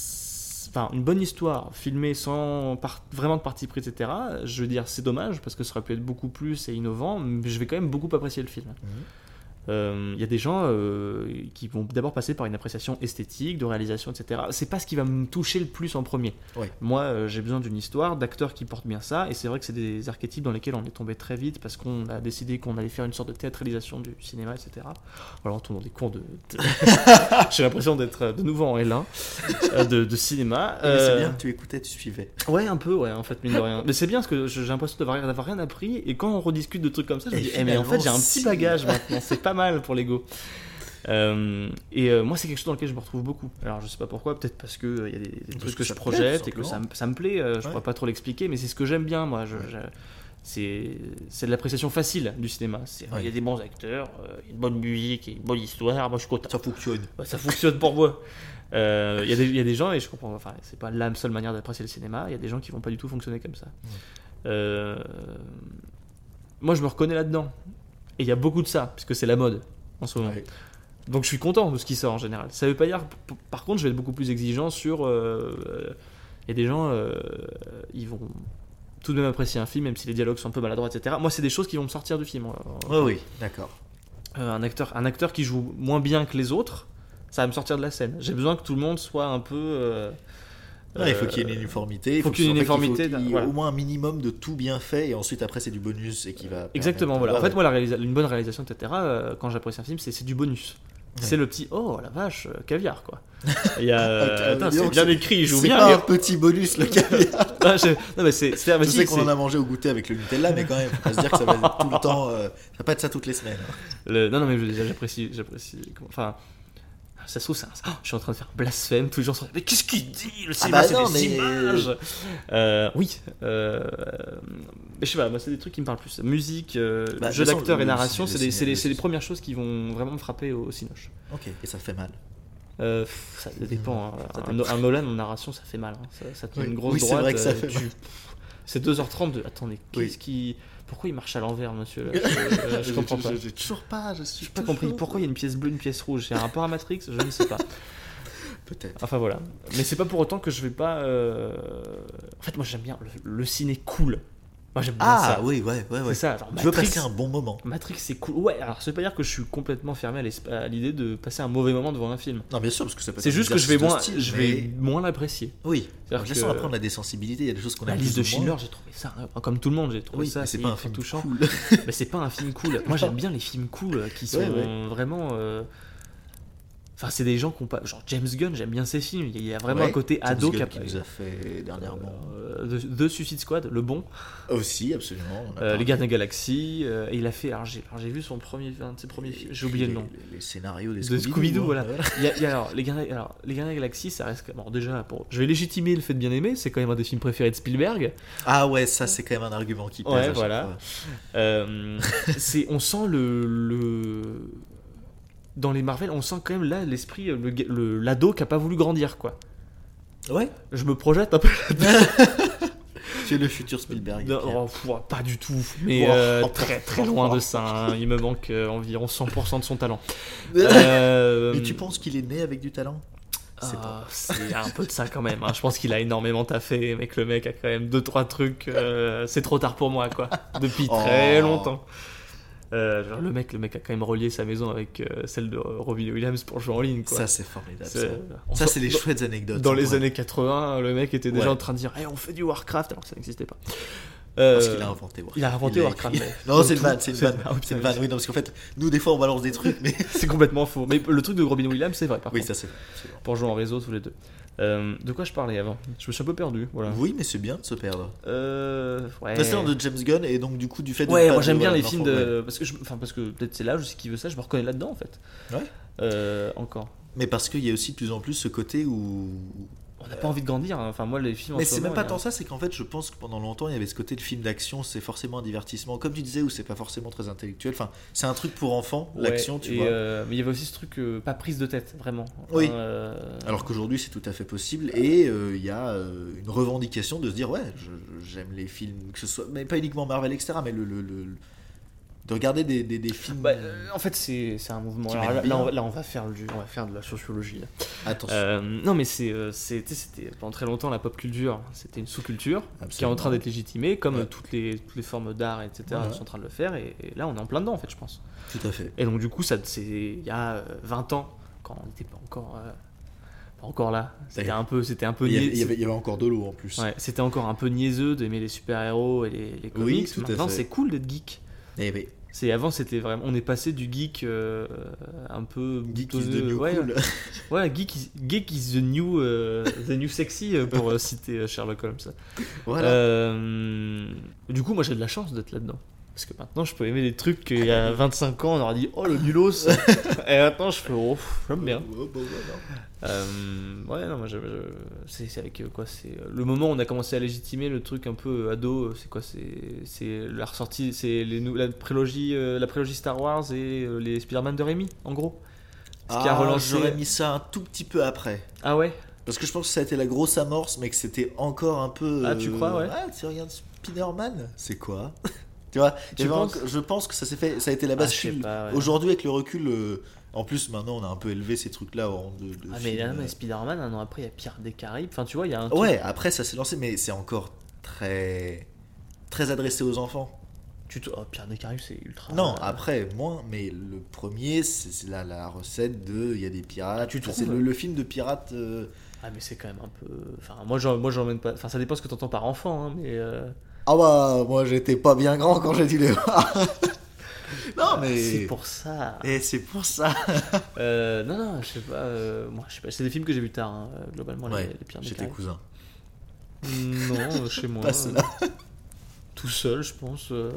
enfin une bonne histoire filmée sans par- vraiment de parti pris, etc. Je veux dire, c'est dommage parce que ça aurait pu être beaucoup plus et innovant, mais je vais quand même beaucoup apprécier le film.
Mhm.
Euh, Il y a des gens euh, qui vont d'abord passer par une appréciation esthétique, de réalisation, etc. C'est pas ce qui va me toucher le plus en premier.
Ouais.
Moi, euh, j'ai besoin d'une histoire, d'acteurs qui portent bien ça, et c'est vrai que c'est des archétypes dans lesquels on est tombé très vite parce qu'on a décidé qu'on allait faire une sorte de théâtralisation du cinéma, etc. Alors on tombe dans des cours de. de- j'ai l'impression d'être euh, de nouveau en L1 euh, de, de cinéma.
Mais C'est
Euh,
bien, tu écoutais, tu suivais.
Ouais, un peu, ouais, en fait, mine de rien. Mais c'est bien parce que je- j'ai l'impression d'avoir rien- d'avoir rien appris. Et quand on rediscute de trucs comme ça, je me
Et
dis, eh, mais en fait, j'ai un
finalement,
petit
si.
bagage maintenant. C'est pas mal pour l'ego. Euh, et euh, moi, c'est quelque chose dans lequel je me retrouve beaucoup. Alors, je sais pas pourquoi, peut-être parce que euh, il y a des, des
Parce
trucs
que
que
ça
je
te plaît,
projette
tout
et que ça,
simplement.
me- ça me plaît. euh, je
Ouais.
pourrais pas trop l'expliquer, mais c'est ce que j'aime bien, moi. Je,
Ouais.
je- c'est c'est de l'appréciation facile du cinéma. C'est- Il
Ouais.
y a des bons acteurs, euh, il y a une bonne musique, et une bonne histoire. Moi, je suis content.
Ça fonctionne.
Bah, ça fonctionne pour moi. Euh, Il y, a des- il y a des gens, et je comprends, enfin, c'est pas la seule manière d'apprécier le cinéma, il y a des gens qui vont pas du tout fonctionner comme ça. Euh, moi, je me reconnais là-dedans. Et il y a beaucoup de ça, puisque c'est la mode en ce moment.
Ouais.
Donc je suis content de ce qui sort en général. Ça veut pas dire, p- par contre, je vais être beaucoup plus exigeant sur. euh, euh, Il y a des gens, euh, ils vont tout de même apprécier un film, même si les dialogues sont un peu maladroits, etc. Moi, c'est des choses qui vont me sortir du film. en-
Ouais, oui, d'accord.
euh, un, acteur, un acteur qui joue moins bien que les autres, ça va me sortir de la scène. J'ai besoin que tout le monde soit un peu. euh,
Ouais, il faut
euh,
qu'il y ait une uniformité.
faut qu'il y ait une
en fait, faut
uniformité,
qu'il y ait
voilà.
au moins un minimum de tout bien fait, et ensuite après c'est du bonus et qui va. permettre-
Exactement, voilà. En
Ouais,
fait, moi, la réalisa- une bonne réalisation, etc., euh, quand j'apprécie un film, c'est c'est du bonus. C'est le petit oh la vache, euh, caviar quoi. Il y a.
Ah,
euh, putain,
dis
c'est
donc,
bien écrit, il joue
C'est
bien.
pas
mais-
un petit bonus le caviar.
Ah, je- Non, mais c'est. c'est- mais
Je
si,
sais qu'on
c'est-
en a mangé au goûter avec le Nutella, mais quand même, faut pas se dire que ça va être tout le temps. euh, ça va pas être ça toutes les semaines.
Ah le- Non, non, mais je- déjà, j'apprécie. j'apprécie comment- Enfin. Ça se trouve, c'est un- oh, je suis en train de faire blasphème, tous les gens sont. Mais qu'est-ce qu'il dit Le cinéma,
bah
c'est
non,
des
mais-
images Euh, Oui. euh, Mais je sais pas, moi, c'est des trucs qui me parlent plus. Musique, euh,
Bah, de
jeu
toute façon,
d'acteur et
le-
narration,
le
c'est des-
ciné-
c'est
le
les, c'est les
ciné-
premières choses qui vont vraiment me frapper au, au cinoche.
Ok, et ça fait mal.
Euh, pff, ça dépend. hein.
Ça
un, un Nolan en narration, ça fait mal. hein. Ça, ça te met
Oui.
une grosse
Oui, c'est
droite.
vrai que ça
euh,
fait
tu-
mal.
pff, C'est 2h30 de. Attendez,
Oui.
qu'est-ce qui. Pourquoi il marche à l'envers, monsieur là je, je- je comprends pas.
J'ai toujours pas, je suis.
J'ai pas compris. Pourquoi il y a une pièce bleue, une pièce rouge C'est un rapport à Matrix Je ne sais pas.
Peut-être.
Enfin voilà. Mais c'est pas pour autant que je vais pas. euh, En fait, moi j'aime bien le, le ciné cool. Moi j'aime bien
Ah,
ça.
oui, ouais, ouais,
C'est
ouais.
ça. alors,
Tu veux
Matrix-
passer un bon moment.
Matrix c'est cool. Ouais, alors ça veut pas dire que je suis complètement fermé à l'esp- à l'idée de passer un mauvais moment devant un film.
Non, bien sûr, parce que ça peut être
C'est
un
juste que je vais
exercice de
moins,
style,
je
mais-
vais moins l'apprécier.
Oui. De
C'est-à-dire
toute façon,
que-
après, on a des sensibilités, il y a des choses qu'on a.
La
plus
liste de
ou moins.
Schindler, j'ai trouvé ça, euh, comme tout le monde, j'ai trouvé
Oui,
ça
mais c'est
assez
pas un film
touchant.
cool.
Mais c'est pas un film cool. Moi, j'aime bien les films cool euh, qui sont
Ouais, ouais.
vraiment. euh, Enfin, c'est des gens qui ont pas. Genre James Gunn, j'aime bien ses films. Il y a vraiment
Ouais,
un côté
James
ado
Gunn
qui a.
qui nous a fait dernièrement.
Euh, The- The Suicide Squad, le bon,
euh, Aussi, absolument. on a
euh,
parlé
Les Gardiens de la Galaxie, euh, et il a fait. Alors j'ai alors, j'ai vu son premier, un de ses premiers films, j'ai oublié le nom.
Les, les scénarios des
De Scooby-Doo,
hein.
voilà. Il y a- il y a alors, les Gardiens, alors, les Gardiens de la Galaxie, ça reste. Bon, déjà, pour... je vais légitimer le fait de bien aimer, c'est quand même un des films préférés de Spielberg.
Ah ouais, ça c'est quand même un argument qui pèse.
Ouais,
à chaque
voilà.
fois.
Euh, c'est, on sent le, le- Dans les Marvel, on sent quand même là l'esprit, le, le- l'ado qui a pas voulu grandir, quoi.
Ouais,
Je me projette un peu.
c'est le futur Spielberg.
Non,
Pierre.
oh, pff, pas du tout, mais
Oh,
euh,
oh,
très très loin de ça. hein. Il me manque euh, environ 100% de son talent.
Euh,
Euh,
Mais tu penses qu'il est né avec du talent
c'est,
C'est pas.
Ah, c'est un peu de ça quand même. hein. Je pense qu'il a énormément taffé, mais que le mec a quand même deux trois trucs. euh, c'est trop tard pour moi, quoi. Depuis
Oh.
très longtemps. Euh, genre, le mec, le mec a quand même relié sa maison avec euh, celle de euh, Robbie Williams pour jouer en ligne, quoi.
Ça c'est formidable.
C'est- euh,
Ça,
on
Ça,
sort-
c'est les
dans-
chouettes anecdotes.
Dans
hein,
les
ouais.
années 80, le mec était déjà
Ouais.
en train de dire Eh, on fait du Warcraft alors que ça n'existait pas.
Parce
Euh,
qu'il a inventé Warcraft.
il a inventé
Il a
Warcraft.
écrit-
mais-
Non,
Dans
c'est une
tout-
vanne, c'est une vanne.
Ah oui,
C'est une
putain,
vanne, oui, non, parce qu'en fait, nous, des fois, on balance des trucs, mais.
C'est complètement faux. Mais le truc de Robin Williams, c'est vrai par
Oui, ça
contre.
c'est. c'est vrai.
Pour jouer en réseau tous les deux. Euh, de quoi je parlais avant Je me suis un peu perdu, voilà.
Oui, mais c'est bien de se perdre.
Euh, ouais.
La sœur de James Gunn et donc du coup du fait de
Ouais,
pas
moi
de-
j'aime bien
voilà,
les films
d'enfant, ouais.
de. Parce que, je- enfin, parce que peut-être c'est l'âge aussi qui veut ça, je me reconnais là-dedans en fait.
Ouais.
Euh, encore.
Mais parce qu'il y a aussi de plus en plus ce côté où
On n'a pas envie de grandir, hein. enfin moi les films en
Mais
ce
c'est même
moment,
pas
il y a-
tant ça, c'est qu'en fait, je pense que pendant longtemps, il y avait ce côté de film d'action, c'est forcément un divertissement. Comme tu disais, où c'est pas forcément très intellectuel. Enfin, c'est un truc pour enfants,
Ouais,
l'action, tu
et,
vois.
euh, mais il y avait aussi ce truc, euh, pas prise de tête, vraiment.
Oui.
Hein, euh,
Alors qu'aujourd'hui, c'est tout à fait possible. Et euh, il y a euh, une revendication de se dire, ouais, je- j'aime les films, que ce soit. Mais pas uniquement Marvel, etc., mais le. le- le- le- de regarder des, des- des films.
bah, euh, en fait, c'est c'est un mouvement.
Qui
Alors
mène
là,
bien.
là, on, va- là, on va faire du, on va faire de la sociologie. là.
Attention.
Euh, non, mais c'est, euh, c'est- tu sais, c'était pendant très longtemps la pop culture, c'était une sous-culture qui est en
Absolument.
train d'être légitimée, comme
Ouais.
euh, toutes les toutes les formes d'art, etc.
Ouais.
sont en train de le faire, et, et là, on est en plein dedans, en fait, je pense.
Tout à fait.
Et donc, du coup, ça, c'est il y a euh, 20 ans, quand on n'était pas encore, euh, pas encore là, c'était
Ouais.
un peu, c'était un peu
Il y, avait,
niais-
il y avait- il y avait encore de l'eau en plus.
Ouais, c'était encore un peu niaiseux d'aimer les super-héros et les, les comics.
Oui, tout à
Maintenant,
fait.
c'est cool d'être geek.
Il y avait
C'est avant, c'était vraiment. On est passé du geek euh, un peu
Geek is
boutonneux-
the new
ouais,
cool.
ouais, geek is, geek is the new, euh, the new sexy euh, pour euh, citer euh, Sherlock Holmes.
voilà.
Euh, du coup, moi, j'ai de la chance d'être là-dedans. Parce que maintenant, je peux aimer des trucs qu'il y a 25 ans, on aurait dit Oh le nulos Et maintenant, je fais Oh, pff, j'aime bien. Euh, ouais, non, moi, je- je- c'est c'est avec euh, quoi C'est euh, le moment où on a commencé à légitimer le truc un peu ado. euh, C'est quoi C'est c'est la ressortie, c'est les nou- la prélogie, euh, la prélogie Star Wars et euh, les Spider-Man de Rémi, en gros. Ce qui a
Ah,
relancé-
J'aurais mis ça un tout petit peu après.
Ah ouais
Parce que je pense que ça a été la grosse amorce, mais que c'était encore un peu.
Ah, tu crois, ouais.
Ah, tu regardes Spider-Man C'est quoi Tu vois
Tu
il y avait
penses
encore- Je pense que ça s'est fait. Ça a été la
Ah, je sais
bascule.
pas, ouais.
Aujourd'hui, avec le recul. euh, En plus, maintenant, on a un peu élevé ces trucs-là. en- De, de
Ah mais,
films,
là, mais
euh,
Spider-Man, un an après, il y a Pierre des Caraïbes. Enfin, tu vois, il y a un truc-
Ouais, après, ça s'est lancé, mais c'est encore très. Très adressé aux enfants.
Tu te- oh, Pierre des Caraïbes, c'est ultra. euh,
Non, ah. après, moins, mais le premier, c'est c'est la, la recette de. Il y a des pirates.
Tu trouves
C'est le, le film de pirates. euh,
Ah, mais c'est quand même un peu. Enfin, moi, j'en- moi, j'emmène pas. Enfin, ça dépend ce que t'entends par enfant, hein, mais. euh,
Ah bah, moi j'étais pas bien grand quand j'ai dû les voir. non
C'est
Ah, mais.
pour ça.
Et c'est pour ça.
Euh, non, non, je sais pas. euh, moi, je sais pas. C'est des films que j'ai vus tard, hein, globalement, les- les, Pierre des
j'étais
Caraïbes.
cousin.
Non, chez moi.
Pas cela.
euh, tout seul, je pense. euh.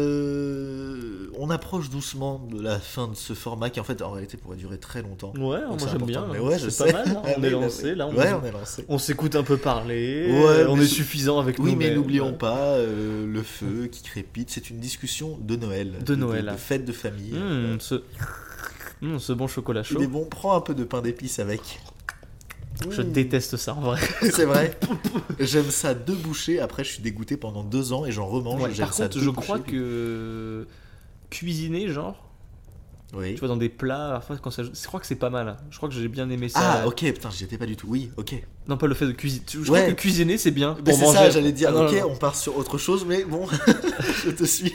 Euh, on approche doucement de la fin de ce format qui en fait en réalité pourrait durer très longtemps.
Ouais,
Donc,
moi,
c'est
j'aime
important.
bien.
Mais
hein,
ouais, je
c'est
sais.
pas mal. hein,
Ah
on
oui,
est
bah
lancé,
oui.
là. On,
Ouais, on est lancé.
on s'écoute un peu parler.
Ouais,
euh, on
mais
est
c'est-
suffisant avec
Oui, mais
nous-mêmes.
n'oublions pas euh, le feu qui crépite. C'est une discussion de Noël.
Noël.
De, fête de famille.
Mmh, ce... Mmh, ce bon chocolat chaud.
euh, Il est bon, prends un peu de pain d'épices avec.
Je
Mmh.
déteste ça en vrai.
C'est vrai. J'aime ça deux bouchées. Après, je suis dégoûté pendant deux ans et j'en remange.
Ouais,
J'aime
par
ça
contre,
deux
je crois
bouchées.
que cuisiner, genre,
Oui.
tu vois, dans des plats, parfois, quand ça, je crois que c'est pas mal. hein. Je crois que j'ai bien aimé ça.
Ah, ok, putain, j'y étais pas du tout. Oui, ok.
Non, pas le fait de cuisiner. Je
Ouais.
crois que cuisiner, c'est bien.
Mais
Pour
c'est
manger.
ça, j'allais dire,
Ah, non,
ok,
non, non.
on part sur autre chose, mais bon, je te suis.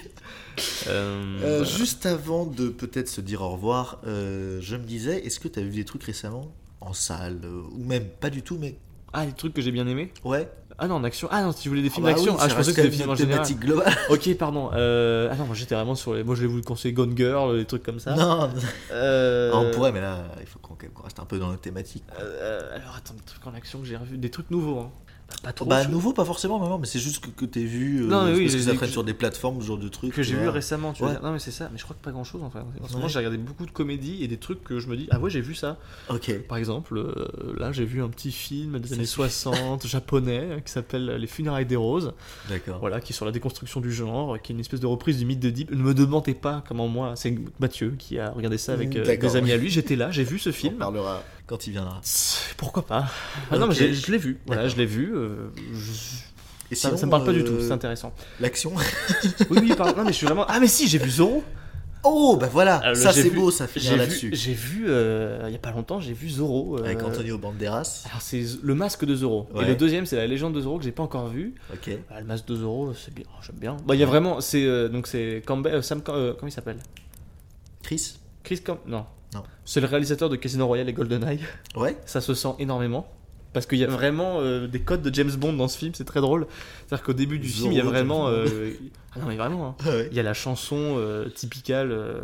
Euh,
Euh,
voilà.
Juste avant de peut-être se dire au revoir, euh, je me disais, est-ce que t'as vu des trucs récemment en salle euh, Ou même pas du tout, mais
Ah, les trucs que j'ai bien aimé.
ouais.
Ah non, en action. Ah non, tu voulais des films
bah
d'action.
oui, ça
ah, je pensais
reste
que c'était
quand
des films
même
en
notre
général.
thématique globale.
Ok, pardon. Euh, Ah non, moi j'étais vraiment sur les. Moi, je vais vous conseiller Gone Girl, des trucs comme ça.
Non,
Euh,
Ah, on pourrait, mais là, il faut qu'on qu'on reste un peu dans notre thématique.
euh, alors attends, des trucs en action que j'ai revu, des trucs nouveaux. hein. Bah, pas trop.
bah,
je-
nouveau, pas forcément, non, non, mais c'est juste que, que t'aies vu. euh,
Non, mais oui,
parce que
j'ai
ça
vu
traîne
que-
sur des plateformes, ce genre de trucs.
que j'ai
tu
vu
vois.
récemment. Tu veux
Ouais.
dire. Non, mais c'est ça. Mais je crois que pas grand chose en fait. En ce moment,
Ouais.
j'ai regardé beaucoup de comédies et des trucs que je me dis Ah ouais, j'ai vu ça.
Ok.
Par exemple, euh, là, j'ai vu un petit film des
Ça
années
suffit.
60 japonais euh, qui s'appelle Les funérailles des roses.
D'accord.
Voilà, qui est sur la déconstruction du genre, qui est une espèce de reprise du mythe de Deep. Ne me demandez pas comment moi, c'est Mathieu qui a regardé ça avec euh,
D'accord.
des amis à lui. J'étais là, j'ai vu ce
On
film.
parlera quand il viendra.
Pourquoi pas Ah non,
Ok.
mais j'ai- je l'ai vu. Voilà,
D'accord.
je l'ai vu. euh, je-
Et
Ça,
sinon,
ça me parle pas du tout,
euh,
c'est intéressant.
L'action.
Oui, oui, pardon. Non, mais je suis vraiment. Ah, mais si, j'ai vu Zorro
Oh, bah voilà,
Alors,
ça
Ah, j'ai
c'est
vu-
beau, ça finit
J'ai vu,
là-dessus.
j'ai vu euh, il y a pas longtemps, j'ai vu Zorro. euh,
Avec Antonio Banderas.
Alors c'est Z- le masque de Zorro.
Ouais.
Et le deuxième c'est la légende de Zorro que j'ai pas encore vu.
Ok.
Ah, le masque de Zorro c'est bien, j'aime bien. Bah il y a vraiment c'est euh, donc c'est Campbell, euh, Sam Cam- euh, comment il s'appelle
Chris.
Chris Campbell non.
Non.
C'est le réalisateur de Casino Royale et GoldenEye.
Ouais.
Ça se sent énormément parce qu'il y a vraiment euh, des codes de James Bond dans ce film, c'est très drôle. C'est-à-dire qu'au début du film il y a
Zorro,
vraiment
James Bond.
euh, ah non mais vraiment hein.
Ah ouais.
Il y a la chanson euh, typicale euh,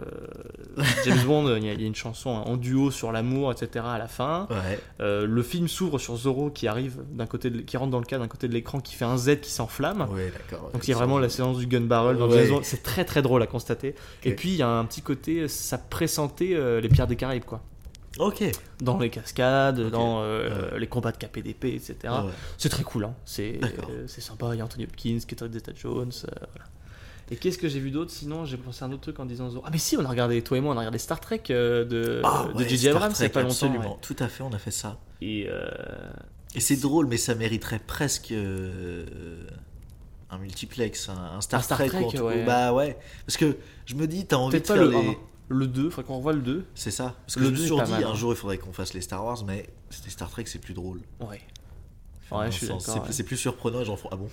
James Bond, il y, a, il y a une chanson hein, en duo sur l'amour, etc. à la fin.
Ouais.
Euh, le film s'ouvre sur Zorro qui arrive d'un côté, de l- qui rentre dans le cadre d'un côté de l'écran, qui fait un Z qui s'enflamme.
Ouais, d'accord.
Donc il y a vraiment la séance du gun barrel dans
Ouais.
James Bond. C'est très très drôle à constater. Et puis il y a un petit côté, ça pressentait euh, les Pierres des Caraïbes quoi.
Ok.
Dans les cascades, dans euh,
Ouais.
les combats de KPDP, etc.
Ah ouais.
C'est très cool, hein. c'est
D'accord.
euh, c'est sympa. Il y a Anthony Hopkins, Catherine Zeta Jones. euh, voilà. Et qu'est-ce que j'ai vu d'autre Sinon, j'ai pensé à un autre truc en disant Zorro. Ah, mais si, on a regardé, toi et moi, on a regardé Star Trek euh, de,
Ah
de
ouais,
J.J.
Star
Abrams il y a
Trek,
pas longtemps.
Absolument.
ouais.
Tout à fait, on a fait ça.
Et euh,
Et c'est drôle, mais ça mériterait presque euh, un multiplex, un, un Star,
Un Star
ou en
Trek,
tout-
ouais.
Bah ouais. Parce que je me dis, t'as envie de
peut-être pas
faire
le,
les.
un, le 2, faudrait qu'on revoie le 2.
C'est ça. Parce que
Le
je me
deux
suis
est
toujours
pas
dit,
mal,
un
hein.
jour, il faudrait qu'on fasse les Star Wars, mais c'était Star Trek, c'est plus drôle.
Ouais.
Dans
Ouais,
le
je suis
sens,
d'accord.
c'est-
ouais.
C'est plus surprenant, et j'en fous. Ah bon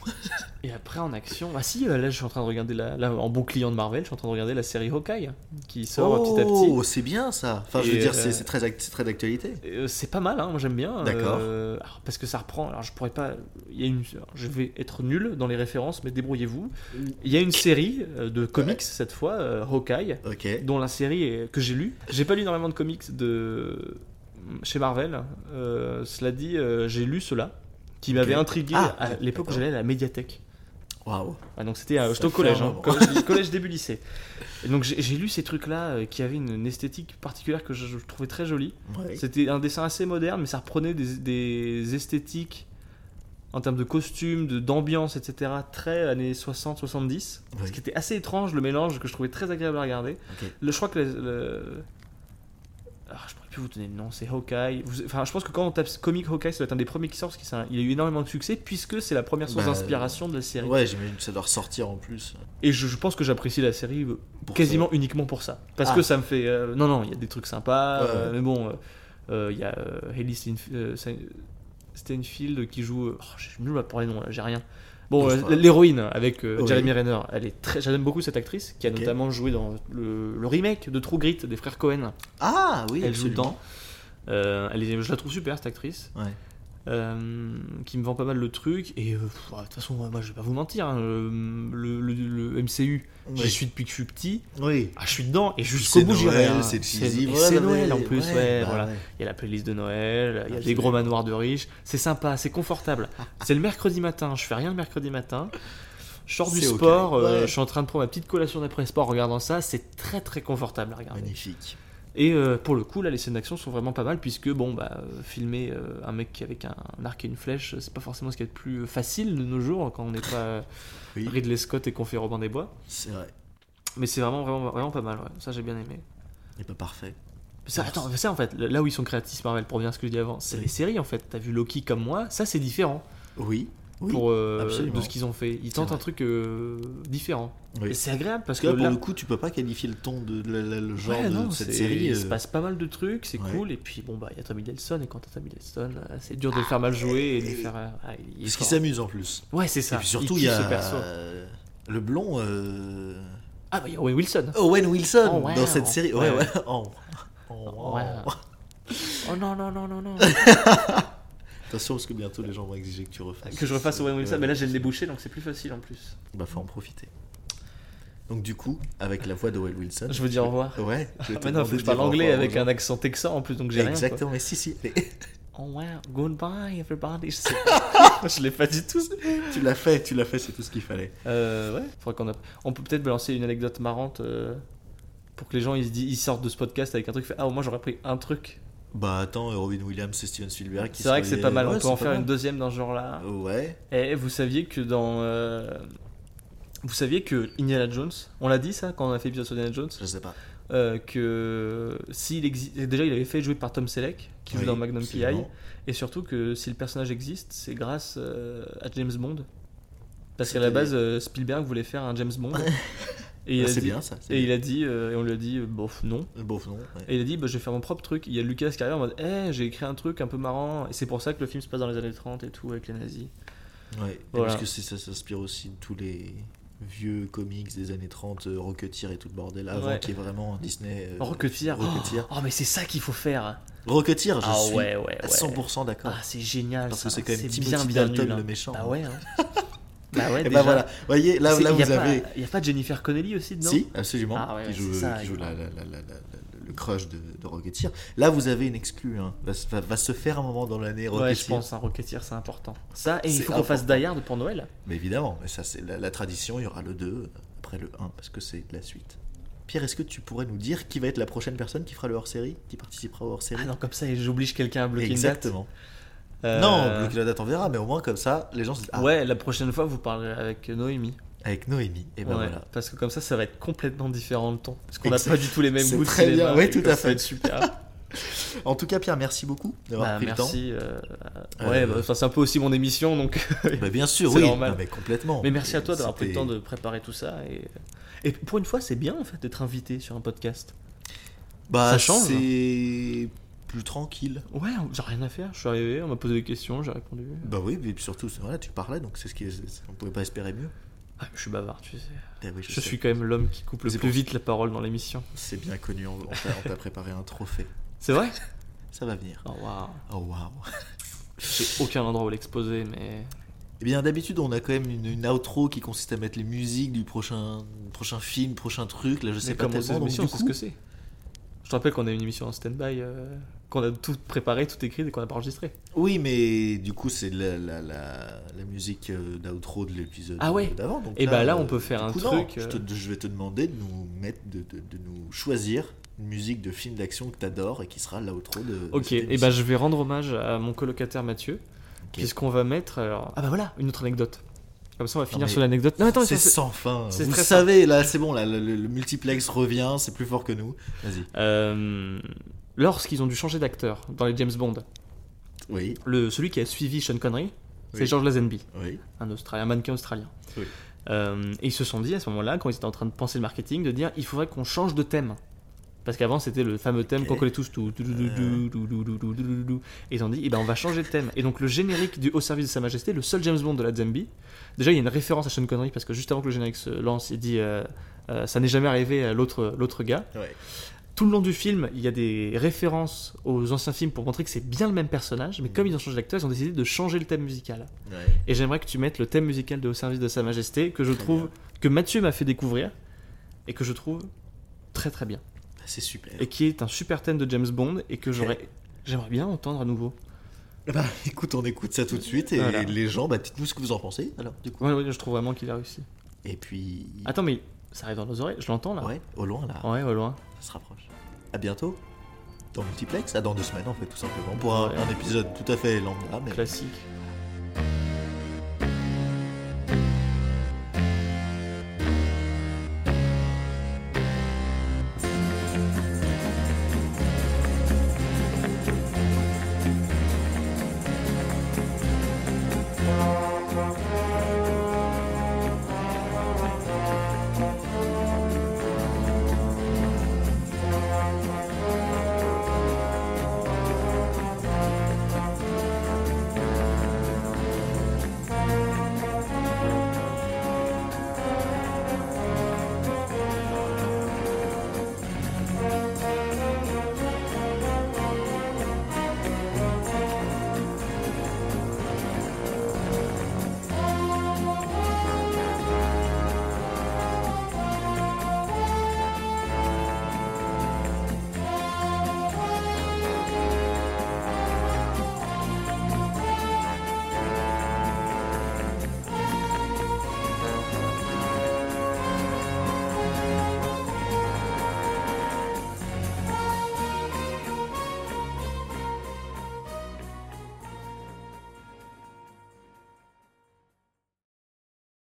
Et après, en action. Ah, si, euh, là, je suis en train de regarder, la, là, en bon client de Marvel, je suis en train de regarder la série Hawkeye qui sort petit à petit.
Oh, c'est bien ça. Enfin, je
Et,
veux dire,
euh,
c'est c'est très, act- c'est très d'actualité.
Euh, c'est pas mal, hein, moi j'aime bien.
D'accord.
Euh, alors, parce que ça reprend. Alors je pourrais pas. Il y a une. alors, je vais être nul dans les références, mais débrouillez-vous. Il y a une série euh, de comics cette fois, euh, Hawkeye,
Ok.
dont la série est- que j'ai lu. J'ai pas lu énormément de comics de mm, chez Marvel. Euh, cela dit, euh, j'ai lu cela qui m'avait
Ok.
intrigué
Ah,
à l'époque où
d'accord.
j'allais à la médiathèque.
Waouh.
Ah, donc c'était euh, j'étais au
fait
collège,
un
hein,
moment.
collège, collège début lycée. Et donc j'ai j'ai lu ces trucs-là euh, qui avaient une, une esthétique particulière que je, je trouvais très jolie.
Ouais.
C'était un dessin assez moderne, mais ça reprenait des, des esthétiques en termes de costumes, de- d'ambiance, etc. Très années 60-70.
Ouais.
Ce qui était assez étrange, le mélange que je trouvais très agréable à regarder.
Ok.
Le- je crois que le. le- Ah, je pourrais plus vous donner le nom, c'est Hawkeye. Vous- enfin, je pense que quand on tape comic Hawkeye, ça doit être un des premiers qui sort parce qu'il s'est- il a eu énormément de succès puisque c'est la première source
Bah,
d'inspiration de la série.
Ouais, j'imagine que ça doit ressortir en plus.
Et je, je pense que j'apprécie la série euh,
Pour
quasiment uniquement pour ça. Parce
Ah.
que ça me fait. euh, non, non, il y a des trucs sympas,
Ouais,
euh,
ouais.
mais bon, euh, euh, il y a euh, Hayley Steinf- euh, Stein- Steinfield qui joue. euh, oh, je suis nul pour les noms, là, j'ai rien. Bon,
Non, c'est
euh,
pas grave.
l'héroïne avec euh,
Oui.
Jeremy Renner, elle est très. J'aime beaucoup cette actrice qui a
Ok.
notamment joué dans le, le remake de True Grit des frères Cohen.
Ah oui,
elle joue
absolument.
dedans. Euh, elle est- je la trouve super cette actrice.
Ouais.
Euh, qui me vend pas mal le truc. Et euh, pff, ouais, de toute façon, moi, moi, je vais pas vous mentir, hein, le, le- le MCU,
Oui.
j'y suis depuis que je suis petit.
Oui.
Ah, je suis dedans et jusqu'au
C'est
bout j'irai.
Noël,
hein.
C'est cheesy,
et
voilà,
c'est
non,
Noël
mais-
en plus, ouais,
bah Ah,
voilà. Il y a la playlist de Noël, il y a des
Absolument.
gros manoirs de riches. C'est sympa, c'est confortable. c'est le mercredi matin, je fais rien le mercredi matin. Je sors du
C'est
sport,
ok,
euh,
ouais.
je suis en train de prendre ma petite collation d'après-sport en regardant ça. C'est très très confortable à regarder.
Magnifique.
Et euh, pour le coup, là, les scènes d'action sont vraiment pas mal, puisque, bon, bah, euh, filmer euh, un mec avec un, un arc et une flèche, euh, c'est pas forcément ce qui est le plus euh, facile de nos jours, quand on n'est pas euh,
Oui,
Ridley Scott et qu'on fait Robin des Bois.
c'est vrai.
Mais c'est vraiment, vraiment, vraiment pas mal, ouais. Ça, j'ai bien aimé.
Il n'est pas parfait.
Mais Ça, attends, mais ça, en fait, le- là où ils sont créatifs, Marvel, pour bien ce que je dis avant, c'est
Oui.
les séries, en fait. T'as vu Loki comme moi, ça, c'est différent
Oui. Oui.
pour, euh,
absolument.
de ce qu'ils ont fait. Ils
C'est
tentent un
vrai.
truc euh, différent.
Oui.
Et c'est agréable,
Parce
parce
que
que,
là, pour
là-
le coup, tu peux pas qualifier le ton de, de- de- le genre
Ouais,
de
non,
cette
c'est-
série.
Il
euh,
se passe pas mal de trucs, c'est
ouais.
cool. Et puis bon, bah il y a Tommy Delson, et quand t'as Tommy Delson, euh, c'est dur de le faire mal jouer et de le
et-
faire. euh, ah, il est
Parce qu'il
fort.
s'amuse en plus.
Ouais, c'est ça.
Et puis surtout, il
kiffe
y
ce perso.
a euh, le blond euh,
Ah, bah il y a Owen Wilson.
Owen Wilson
Oh, ouais,
dans cette
oh,
série.
ouais.
Ouais, ouais. Oh. Oh, oh.
Ouais. Oh non, non, non, non, non.
Attention, parce que bientôt les gens vont exiger que tu refasses.
que je refasse Owen Wilson,
Ouais.
mais là j'ai le débouché donc c'est plus facile en plus.
Bah, faut en profiter. Donc, du coup, avec la voix d'Owen Wilson.
Je veux dire au revoir.
Ouais. je vais te
Ah, Mais non,
demander
faut que
de
je parle
dire au
anglais
revoir
avec
aux gens.
un accent texan en plus, donc j'ai rien. quoi.
Exactement, mais si, si. Mais
Oh wow, goodbye everybody. Je, sais- je l'ai pas du tout.
tu l'as fait, tu l'as fait, c'est tout ce qu'il fallait.
Euh, ouais, faudrait qu'on app- on peut peut-être balancer une anecdote marrante euh, pour que les gens ils, se disent, ils sortent de ce podcast avec un truc fait ah au moins j'aurais pris un truc.
Bah, attends, Robin Williams et Steven Spielberg. qui
C'est vrai
sont
que c'est
les-
pas mal,
Ouais,
on peut
c'est
en
pas
faire
mal. Ah,
une deuxième dans ce genre-là.
Ouais.
Et vous saviez que dans euh, vous saviez que Indiana Jones, on l'a dit ça quand on a fait l'épisode sur Indiana Jones,
Je sais pas.
euh, que s'il existe déjà il avait fait jouer par Tom Selleck qui joue
Oui,
dans Magnum
absolument.
PI et surtout que si le personnage existe, c'est grâce euh, à James Bond. Parce qu'à la
C'est-à-dire
base, euh, Spielberg voulait faire un James Bond. Et il
Ah,
a
c'est
dit-
bien ça. c'est
Et
bien.
il a dit, euh, et on lui a dit, euh, bof, non.
Le Beauf, non ouais.
Et il a dit, bah, je vais faire mon propre truc. Il y a Lucas qui arrive en mode, hé, j'ai écrit un truc un peu marrant. Et c'est pour ça que le film se passe dans les années 30 et tout, avec les nazis.
Ouais. Et
Voilà.
Parce que c'est- ça s'inspire aussi de tous les vieux comics des années 30, euh, Rocketeer et tout le bordel, avant
Ouais.
qu'il y ait vraiment Disney. euh,
Rocketeer.
Rocketeer.
Oh, oh, mais c'est ça qu'il faut faire.
Rocketeer, je
ah
suis
ouais, ouais, ouais.
à 100% d'accord.
Ah, c'est génial.
parce
ça.
que c'est quand même Timothy
bien, bien
Dalton
nul, hein.
le méchant.
Bah ouais. hein. bah ouais,
et
déjà.
bah voilà, voyez, là,
C'est-
là
y a
vous
pas-
avez.
Y a pas Jennifer Connelly aussi dedans
Si, absolument,
Ah ouais,
qui joue,
c'est ça,
qui joue
ouais.
la- la- la- la- la- la- le crush de, de Rocketeer. Là, vous avez une exclue. hein. Va, se- va- va se faire un moment dans l'année Rocketeer.
Ouais, je pense, un Rocketeer, c'est important. Ça, et il
C'est
faut qu'on fasse
important.
Die Hard pour Noël.
Mais évidemment, mais ça c'est la, la tradition, il y aura le 2 après le 1 parce que c'est de la suite. Pierre, est-ce que tu pourrais nous dire qui va être la prochaine personne qui fera le hors-série, qui participera au hors-série
Ah non, comme ça, j'oblige quelqu'un à bloquer
Exactement.
une date. Euh,
Non, bloquer la date on verra, mais au moins comme ça, les gens se disent ah,
Ouais, la prochaine fois, vous parlerez avec Noémie.
avec Noémie. Et ben
Ouais,
voilà.
Parce que comme ça, ça va être complètement différent le ton. Parce qu'on n'a
Exact.
pas du tout les mêmes
C'est
goûts de
très bien,
cinéma.
ouais,
et
tout
que
à
Ça va
fait.
être super.
En tout cas, Pierre, merci beaucoup d'avoir
Bah,
pris le
merci. euh,
Euh,
Ouais, bah, enfin, c'est un peu aussi mon émission, donc.
temps. Bah, bien sûr,
C'est
oui,
normal.
non, mais complètement.
Mais merci à toi d'avoir pris le
C'était-
temps de préparer tout ça. Et, euh, et pour une fois, c'est bien en fait d'être invité sur un podcast.
Bah,
Ça change. hein.
C'est plus tranquille.
Ouais, j'ai rien à faire. Je suis arrivé, on m'a posé des questions, j'ai répondu.
Bah oui, mais surtout, c'est- voilà, tu parlais, donc c'est ce qui, c'est- on pouvait pas espérer mieux.
Ah, je suis bavard, tu sais.
Eh oui,
Je,
sais.
suis quand même l'homme qui coupe le
C'est
plus
pour-
vite la parole dans l'émission.
C'est bien connu. On on t'a on t'a préparé un trophée.
C'est vrai
Ça va venir.
Oh waouh.
Oh waouh.
J'ai aucun endroit où l'exposer, mais.
Eh bien, d'habitude, on a quand même une, une outro qui consiste à mettre les musiques du prochain, prochain film, prochain truc. Là, je sais
mais
pas
comment
tellement.
c'est
donc,
mais si, on
du
sait
coup,
ce que c'est. Je te rappelle qu'on a une émission en stand-by, euh, qu'on a tout préparé, tout écrit et qu'on n'a pas enregistré.
Oui, mais du coup, c'est la, la, la, la musique euh, d'outro de l'épisode
Ah ouais.
d'avant. donc
Et bah là, on peut
euh,
faire
du
un
coup, non,
truc.
je,
euh,
te- je vais te demander de nous mettre, de, de- de nous choisir une musique de film d'action que t'adores et qui sera l'outro de. de
Ok,
cette
et bah
émission.
je vais rendre hommage à mon colocataire Mathieu, puisqu'on va mettre alors,
Ah bah voilà.
une autre anecdote. Comme ça, on va finir
mais
sur l'anecdote. Non, attends,
c'est
attends,
sans fin.
c'est
Vous
très
savez, là, c'est bon, là, le, le- le multiplex revient, c'est plus fort que nous. Vas-y.
Euh, Lorsqu'ils ont dû changer d'acteur dans les James Bond,
Oui,
le, celui qui a suivi Sean Connery, c'est
Oui.
George Lazenby,
oui.
un, Australien, un mannequin australien.
Oui.
Euh, et ils se sont dit à ce moment-là, quand ils étaient en train de penser le marketing, de dire il faudrait qu'on change de thème. Parce qu'avant c'était le fameux thème
Ok. Euh.
qu'on connaît tous. tout, tout, tout, tout, tout, tout, tout, tout, tout, tout. Et ils ont dit eh ben, on va changer de thème. Et donc le générique du Au service de Sa Majesté, le seul James Bond de la Zambie, déjà il y a une référence à Sean Connery parce que juste avant que le générique se lance, il dit euh, euh, ça n'est jamais arrivé à l'autre l'autre gars.
Ouais.
Tout le long du film, il y a des références aux anciens films pour montrer que c'est bien le même personnage,
Mm.
mais comme ils ont changé d'acteur, ils ont décidé de changer le thème musical.
ouais.
Et j'aimerais que tu mettes le thème musical de Au service de Sa Majesté, que je
Très
trouve,
bien.
que Mathieu m'a fait découvrir, et que je trouve très très bien.
Bah, C'est super.
Et qui est un super thème de James Bond, et que j'aurais. J'aimerais bien entendre à nouveau.
Bah, écoute, on écoute ça tout de suite et
Voilà.
les gens, bah, dites-nous ce que vous en pensez. Alors, du coup.
Ouais, ouais, je trouve vraiment qu'il a réussi.
Et puis.
Attends, mais ça arrive dans nos oreilles, je l'entends là
Ouais, au loin là,
Ouais, au loin.
ça se rapproche. À bientôt dans Multiplex, à dans deux semaines en fait, tout simplement, pour un,
Ouais.
un épisode tout à fait lambda, mais
Classique.